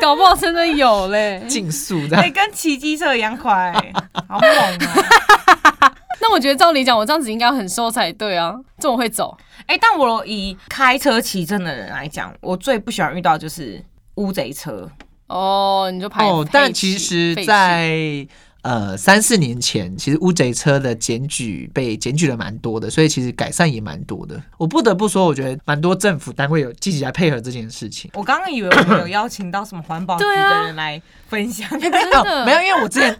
[SPEAKER 1] 搞不好真的有嘞。
[SPEAKER 4] 竞速这
[SPEAKER 5] 哎、
[SPEAKER 4] 样，
[SPEAKER 5] 跟骑机车一样快、 好猛 啊！
[SPEAKER 1] 那我觉得照理讲，我这样子应该很瘦才对啊，这我会走。
[SPEAKER 5] 哎、但我以开车骑车的人来讲，我最不喜欢遇到就是乌贼车。
[SPEAKER 1] 哦，你就排
[SPEAKER 4] 哦，但其实，在呃三四年前，其实乌贼车的检举被检举了蛮多的，所以其实改善也蛮多的。我不得不说，我觉得蛮多政府单位有积极来配合这件事情。
[SPEAKER 5] 我刚刚以为我们有邀请到什么环保局
[SPEAKER 1] 对啊
[SPEAKER 5] 的人来分享，
[SPEAKER 1] 真
[SPEAKER 4] 哦，
[SPEAKER 1] 的
[SPEAKER 4] 没有，因为我之前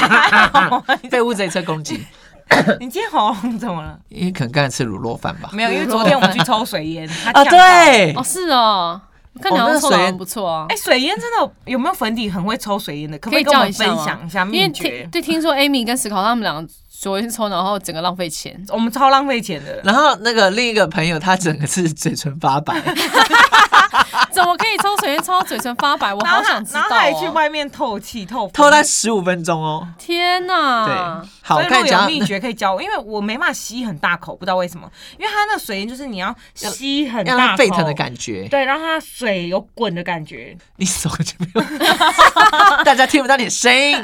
[SPEAKER 5] 还好吗
[SPEAKER 4] 被乌贼车攻击，
[SPEAKER 5] 你今天喉咙怎么了？
[SPEAKER 4] 因为可能刚才吃卤肉饭吧。
[SPEAKER 5] 没有，因为昨天我们去抽水烟，他
[SPEAKER 4] 啊，
[SPEAKER 5] 呛到。
[SPEAKER 4] 对，
[SPEAKER 1] 哦，是哦，我看你好像抽的很不错啊
[SPEAKER 5] 哎、。水烟真的有有没有粉底很会抽水烟的？可不
[SPEAKER 1] 可以
[SPEAKER 5] 跟我
[SPEAKER 1] 教
[SPEAKER 5] 们
[SPEAKER 1] 一
[SPEAKER 5] 分
[SPEAKER 1] 下吗
[SPEAKER 5] 享一下
[SPEAKER 1] 因为
[SPEAKER 5] 秘诀
[SPEAKER 1] 听？对听说 Amy 跟史考他们两个昨天抽，然后整个浪费 钱。
[SPEAKER 5] 我们超浪费钱的。
[SPEAKER 4] 然后那个另一个朋友，他整个是嘴唇发白，
[SPEAKER 1] 怎么可以抽水烟抽到嘴唇发白？我
[SPEAKER 5] 然后
[SPEAKER 1] 好
[SPEAKER 5] 他
[SPEAKER 1] 想知
[SPEAKER 5] 然
[SPEAKER 1] 道、
[SPEAKER 5] 后他还去
[SPEAKER 1] 哦。
[SPEAKER 5] 外面透气透风
[SPEAKER 4] 偷了十五分钟哦。
[SPEAKER 1] 天
[SPEAKER 4] 对
[SPEAKER 1] 哪！，
[SPEAKER 4] 好，我
[SPEAKER 5] 所以
[SPEAKER 4] 看你
[SPEAKER 5] 如果有
[SPEAKER 4] 讲
[SPEAKER 5] 秘诀可以教我，因为我没办法吸很大口，不知道为什么，因为它那水烟就是你要吸很
[SPEAKER 4] 让
[SPEAKER 5] 大
[SPEAKER 4] 它
[SPEAKER 5] 口
[SPEAKER 4] 沸腾的感觉，
[SPEAKER 5] 对，让它水有滚的感觉。
[SPEAKER 4] 你手就没有，大家听不到你的声 音。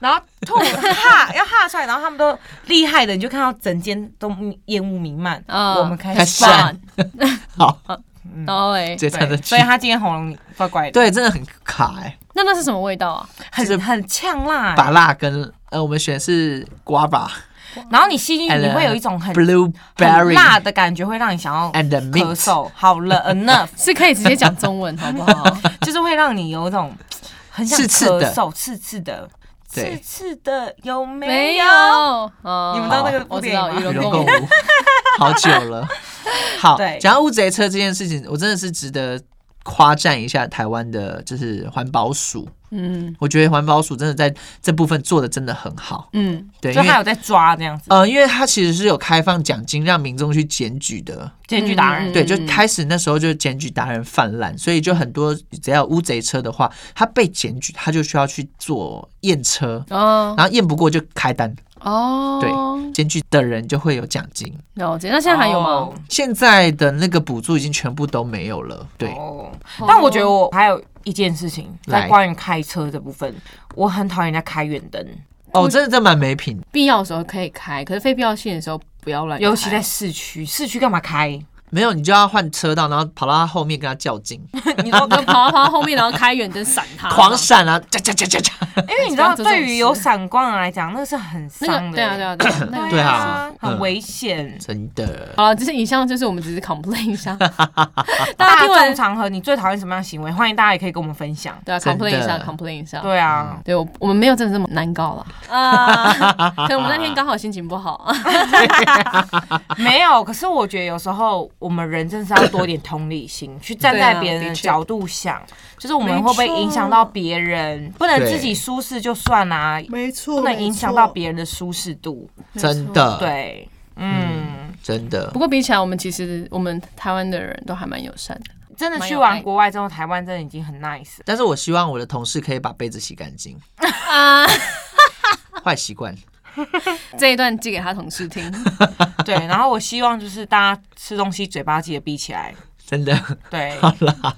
[SPEAKER 5] 然后吐哈要哈出来，然 后他们都厉害的，你就看到整间都烟雾弥漫。
[SPEAKER 1] 啊
[SPEAKER 5] 我们开
[SPEAKER 4] 开
[SPEAKER 5] 始嗯
[SPEAKER 4] 始
[SPEAKER 5] 放，
[SPEAKER 4] 散好，
[SPEAKER 1] 然后嘞，
[SPEAKER 4] 这餐的
[SPEAKER 5] 哦对，所以他今天喉咙怪怪的，
[SPEAKER 4] 对，真的很卡哎，
[SPEAKER 1] 那那是什么味道啊？
[SPEAKER 4] 就是
[SPEAKER 5] 很很呛辣欸。
[SPEAKER 4] 把辣跟呃，我们选的是瓜吧
[SPEAKER 5] 然后你吸进去，
[SPEAKER 4] ，and
[SPEAKER 5] 你会有一种很很
[SPEAKER 4] blueberry
[SPEAKER 5] 辣的感觉，会让你想要
[SPEAKER 4] and
[SPEAKER 5] 咳
[SPEAKER 4] mint，
[SPEAKER 5] 嗽。好了，enough，
[SPEAKER 1] 是可以直接讲中 文好不好？
[SPEAKER 5] 就是会让你有一种很想
[SPEAKER 4] 刺刺
[SPEAKER 5] 咳
[SPEAKER 4] 的
[SPEAKER 5] 嗽，刺刺的，
[SPEAKER 4] 对
[SPEAKER 5] 刺刺的，有没
[SPEAKER 1] 没
[SPEAKER 5] 有
[SPEAKER 1] 有？，哦
[SPEAKER 5] 你们知道那个
[SPEAKER 1] 我
[SPEAKER 5] 部
[SPEAKER 1] 知
[SPEAKER 5] 电影
[SPEAKER 1] 道
[SPEAKER 5] 吗
[SPEAKER 1] 《与
[SPEAKER 4] 羽
[SPEAKER 1] 龙
[SPEAKER 4] 绒
[SPEAKER 1] 共
[SPEAKER 4] 共
[SPEAKER 1] 舞
[SPEAKER 4] 舞》，好久了。好
[SPEAKER 5] 对，
[SPEAKER 4] 讲到乌贼车这件事情，我真的是值得夸赞一下台湾的，就是环保署。
[SPEAKER 1] 嗯
[SPEAKER 4] 我觉得环保署真的在这部分做的真的很好，
[SPEAKER 1] 嗯，
[SPEAKER 4] 对，因
[SPEAKER 5] 就
[SPEAKER 4] 为
[SPEAKER 5] 他有在抓这样子，
[SPEAKER 4] 呃，因为它其实是有开放奖金让民众去检举的，
[SPEAKER 5] 检举达
[SPEAKER 1] 嗯
[SPEAKER 5] 人
[SPEAKER 4] 对，就开始那时候就检举达人泛滥，所以就很多只要有乌贼车的话，他被检举，他就需要去做验车，
[SPEAKER 1] 哦
[SPEAKER 4] 然后验不过就开单，
[SPEAKER 1] 哦，
[SPEAKER 4] 检举的人就会有奖金。
[SPEAKER 1] 了解。那现在还有吗
[SPEAKER 5] 哦？？
[SPEAKER 4] 现在的那个补助已经全部都没有了，对，
[SPEAKER 5] 哦，但我觉得我还有一件事情，
[SPEAKER 4] 来
[SPEAKER 5] 在关于开车这部分，我很讨厌人家开远灯，
[SPEAKER 4] 哦，真的真蛮没品的，
[SPEAKER 1] 必要的时候可以开，可是非必要性的时候不要
[SPEAKER 4] 哎
[SPEAKER 1] 乱开。
[SPEAKER 5] 尤其在市区，市区干嘛开？
[SPEAKER 4] 没有你就要换车道，然后跑到他后面跟他较劲，
[SPEAKER 1] 你 都跑到他后面，然后开远灯闪他，
[SPEAKER 4] 狂闪啊，加加加加加，
[SPEAKER 5] 因为你知道，
[SPEAKER 1] 不要做这种
[SPEAKER 5] 对于有闪光的来讲，那是很
[SPEAKER 1] 那
[SPEAKER 5] 伤
[SPEAKER 1] 个
[SPEAKER 5] 的。
[SPEAKER 1] 对啊对啊对啊，那个
[SPEAKER 4] 对啊
[SPEAKER 5] 很
[SPEAKER 4] 嗯
[SPEAKER 5] 危险。
[SPEAKER 4] 真的。
[SPEAKER 1] 好了，就是以上就是我们只是 complain 一 下，大家
[SPEAKER 5] 大
[SPEAKER 1] 听
[SPEAKER 5] 众
[SPEAKER 1] 完
[SPEAKER 5] 场合你最讨厌什么样的行为？欢迎大家也可以跟我们分享。
[SPEAKER 1] 对啊
[SPEAKER 4] 真的
[SPEAKER 1] ，complain 一下，complain 一下。
[SPEAKER 5] 对啊，
[SPEAKER 1] 对我，我们没有真的这么难搞了啊， 可能我们那天刚好心情不好，
[SPEAKER 5] 没有。可是我觉得有时候我们人真是要多一点同理心，去站在别人
[SPEAKER 1] 对啊的
[SPEAKER 5] 的
[SPEAKER 1] 确
[SPEAKER 5] 角度想，就是我们会不会影响到别人？不能
[SPEAKER 4] 对
[SPEAKER 5] 自己舒适就算啦、
[SPEAKER 2] 没错
[SPEAKER 5] 不能影响到别人的舒适度。
[SPEAKER 4] 真的，，
[SPEAKER 5] 对，嗯，
[SPEAKER 4] 真的
[SPEAKER 1] 不，过比起来，我们其实我们台湾的人都还蛮友善的。
[SPEAKER 5] 真的
[SPEAKER 1] 蛮
[SPEAKER 5] 去
[SPEAKER 1] 有
[SPEAKER 5] 完
[SPEAKER 1] 爱
[SPEAKER 5] 国外之后，台湾真的已经很 nice 了。
[SPEAKER 4] 但是我希望我的同事可以把杯子洗干净，
[SPEAKER 1] 啊，
[SPEAKER 4] 坏习惯。
[SPEAKER 1] 这一段寄给他同事 听。
[SPEAKER 5] 对，然后我希望就是大家吃东西嘴巴记得闭起来。
[SPEAKER 4] 真的，
[SPEAKER 5] 对，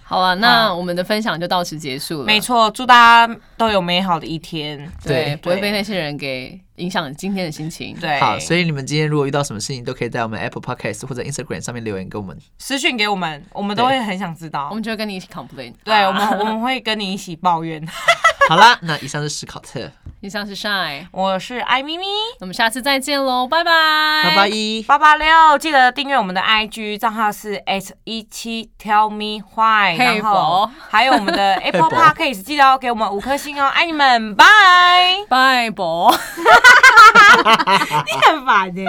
[SPEAKER 1] 好了，那我们的分享就到此结束了。
[SPEAKER 5] 没，错，祝大家都有美好的一天。
[SPEAKER 1] 对
[SPEAKER 4] 对，
[SPEAKER 1] 不会被那些人给影响今天的心情。
[SPEAKER 5] 对，
[SPEAKER 4] 好，所以你们今天如果遇到什么事情，都可以在我们 Apple Podcast 或者 Instagram 上面留言给我们。
[SPEAKER 5] 私讯给我们，我们都
[SPEAKER 4] 对
[SPEAKER 5] 会很想知
[SPEAKER 1] 我
[SPEAKER 5] 道。
[SPEAKER 1] 们就会跟你一起 complain。
[SPEAKER 5] 对，我们我们会跟你一起抱怨。
[SPEAKER 4] 好啦，那以上是史考特，
[SPEAKER 1] 以上是 Shine，
[SPEAKER 5] 我是艾咪咪
[SPEAKER 1] 我们下次再见喽，拜拜，
[SPEAKER 4] 八八一，
[SPEAKER 5] 八八六，记得订阅我们的 IG 账号是 S 一七 Tell Me Why，
[SPEAKER 1] 嘿
[SPEAKER 5] 然后
[SPEAKER 1] 宝
[SPEAKER 5] 还有我们的 Apple
[SPEAKER 4] 嘿宝
[SPEAKER 5] Podcast，记得要给我们五颗星哦，爱你 们，拜。
[SPEAKER 1] 拜拜。
[SPEAKER 5] 你很烦耶。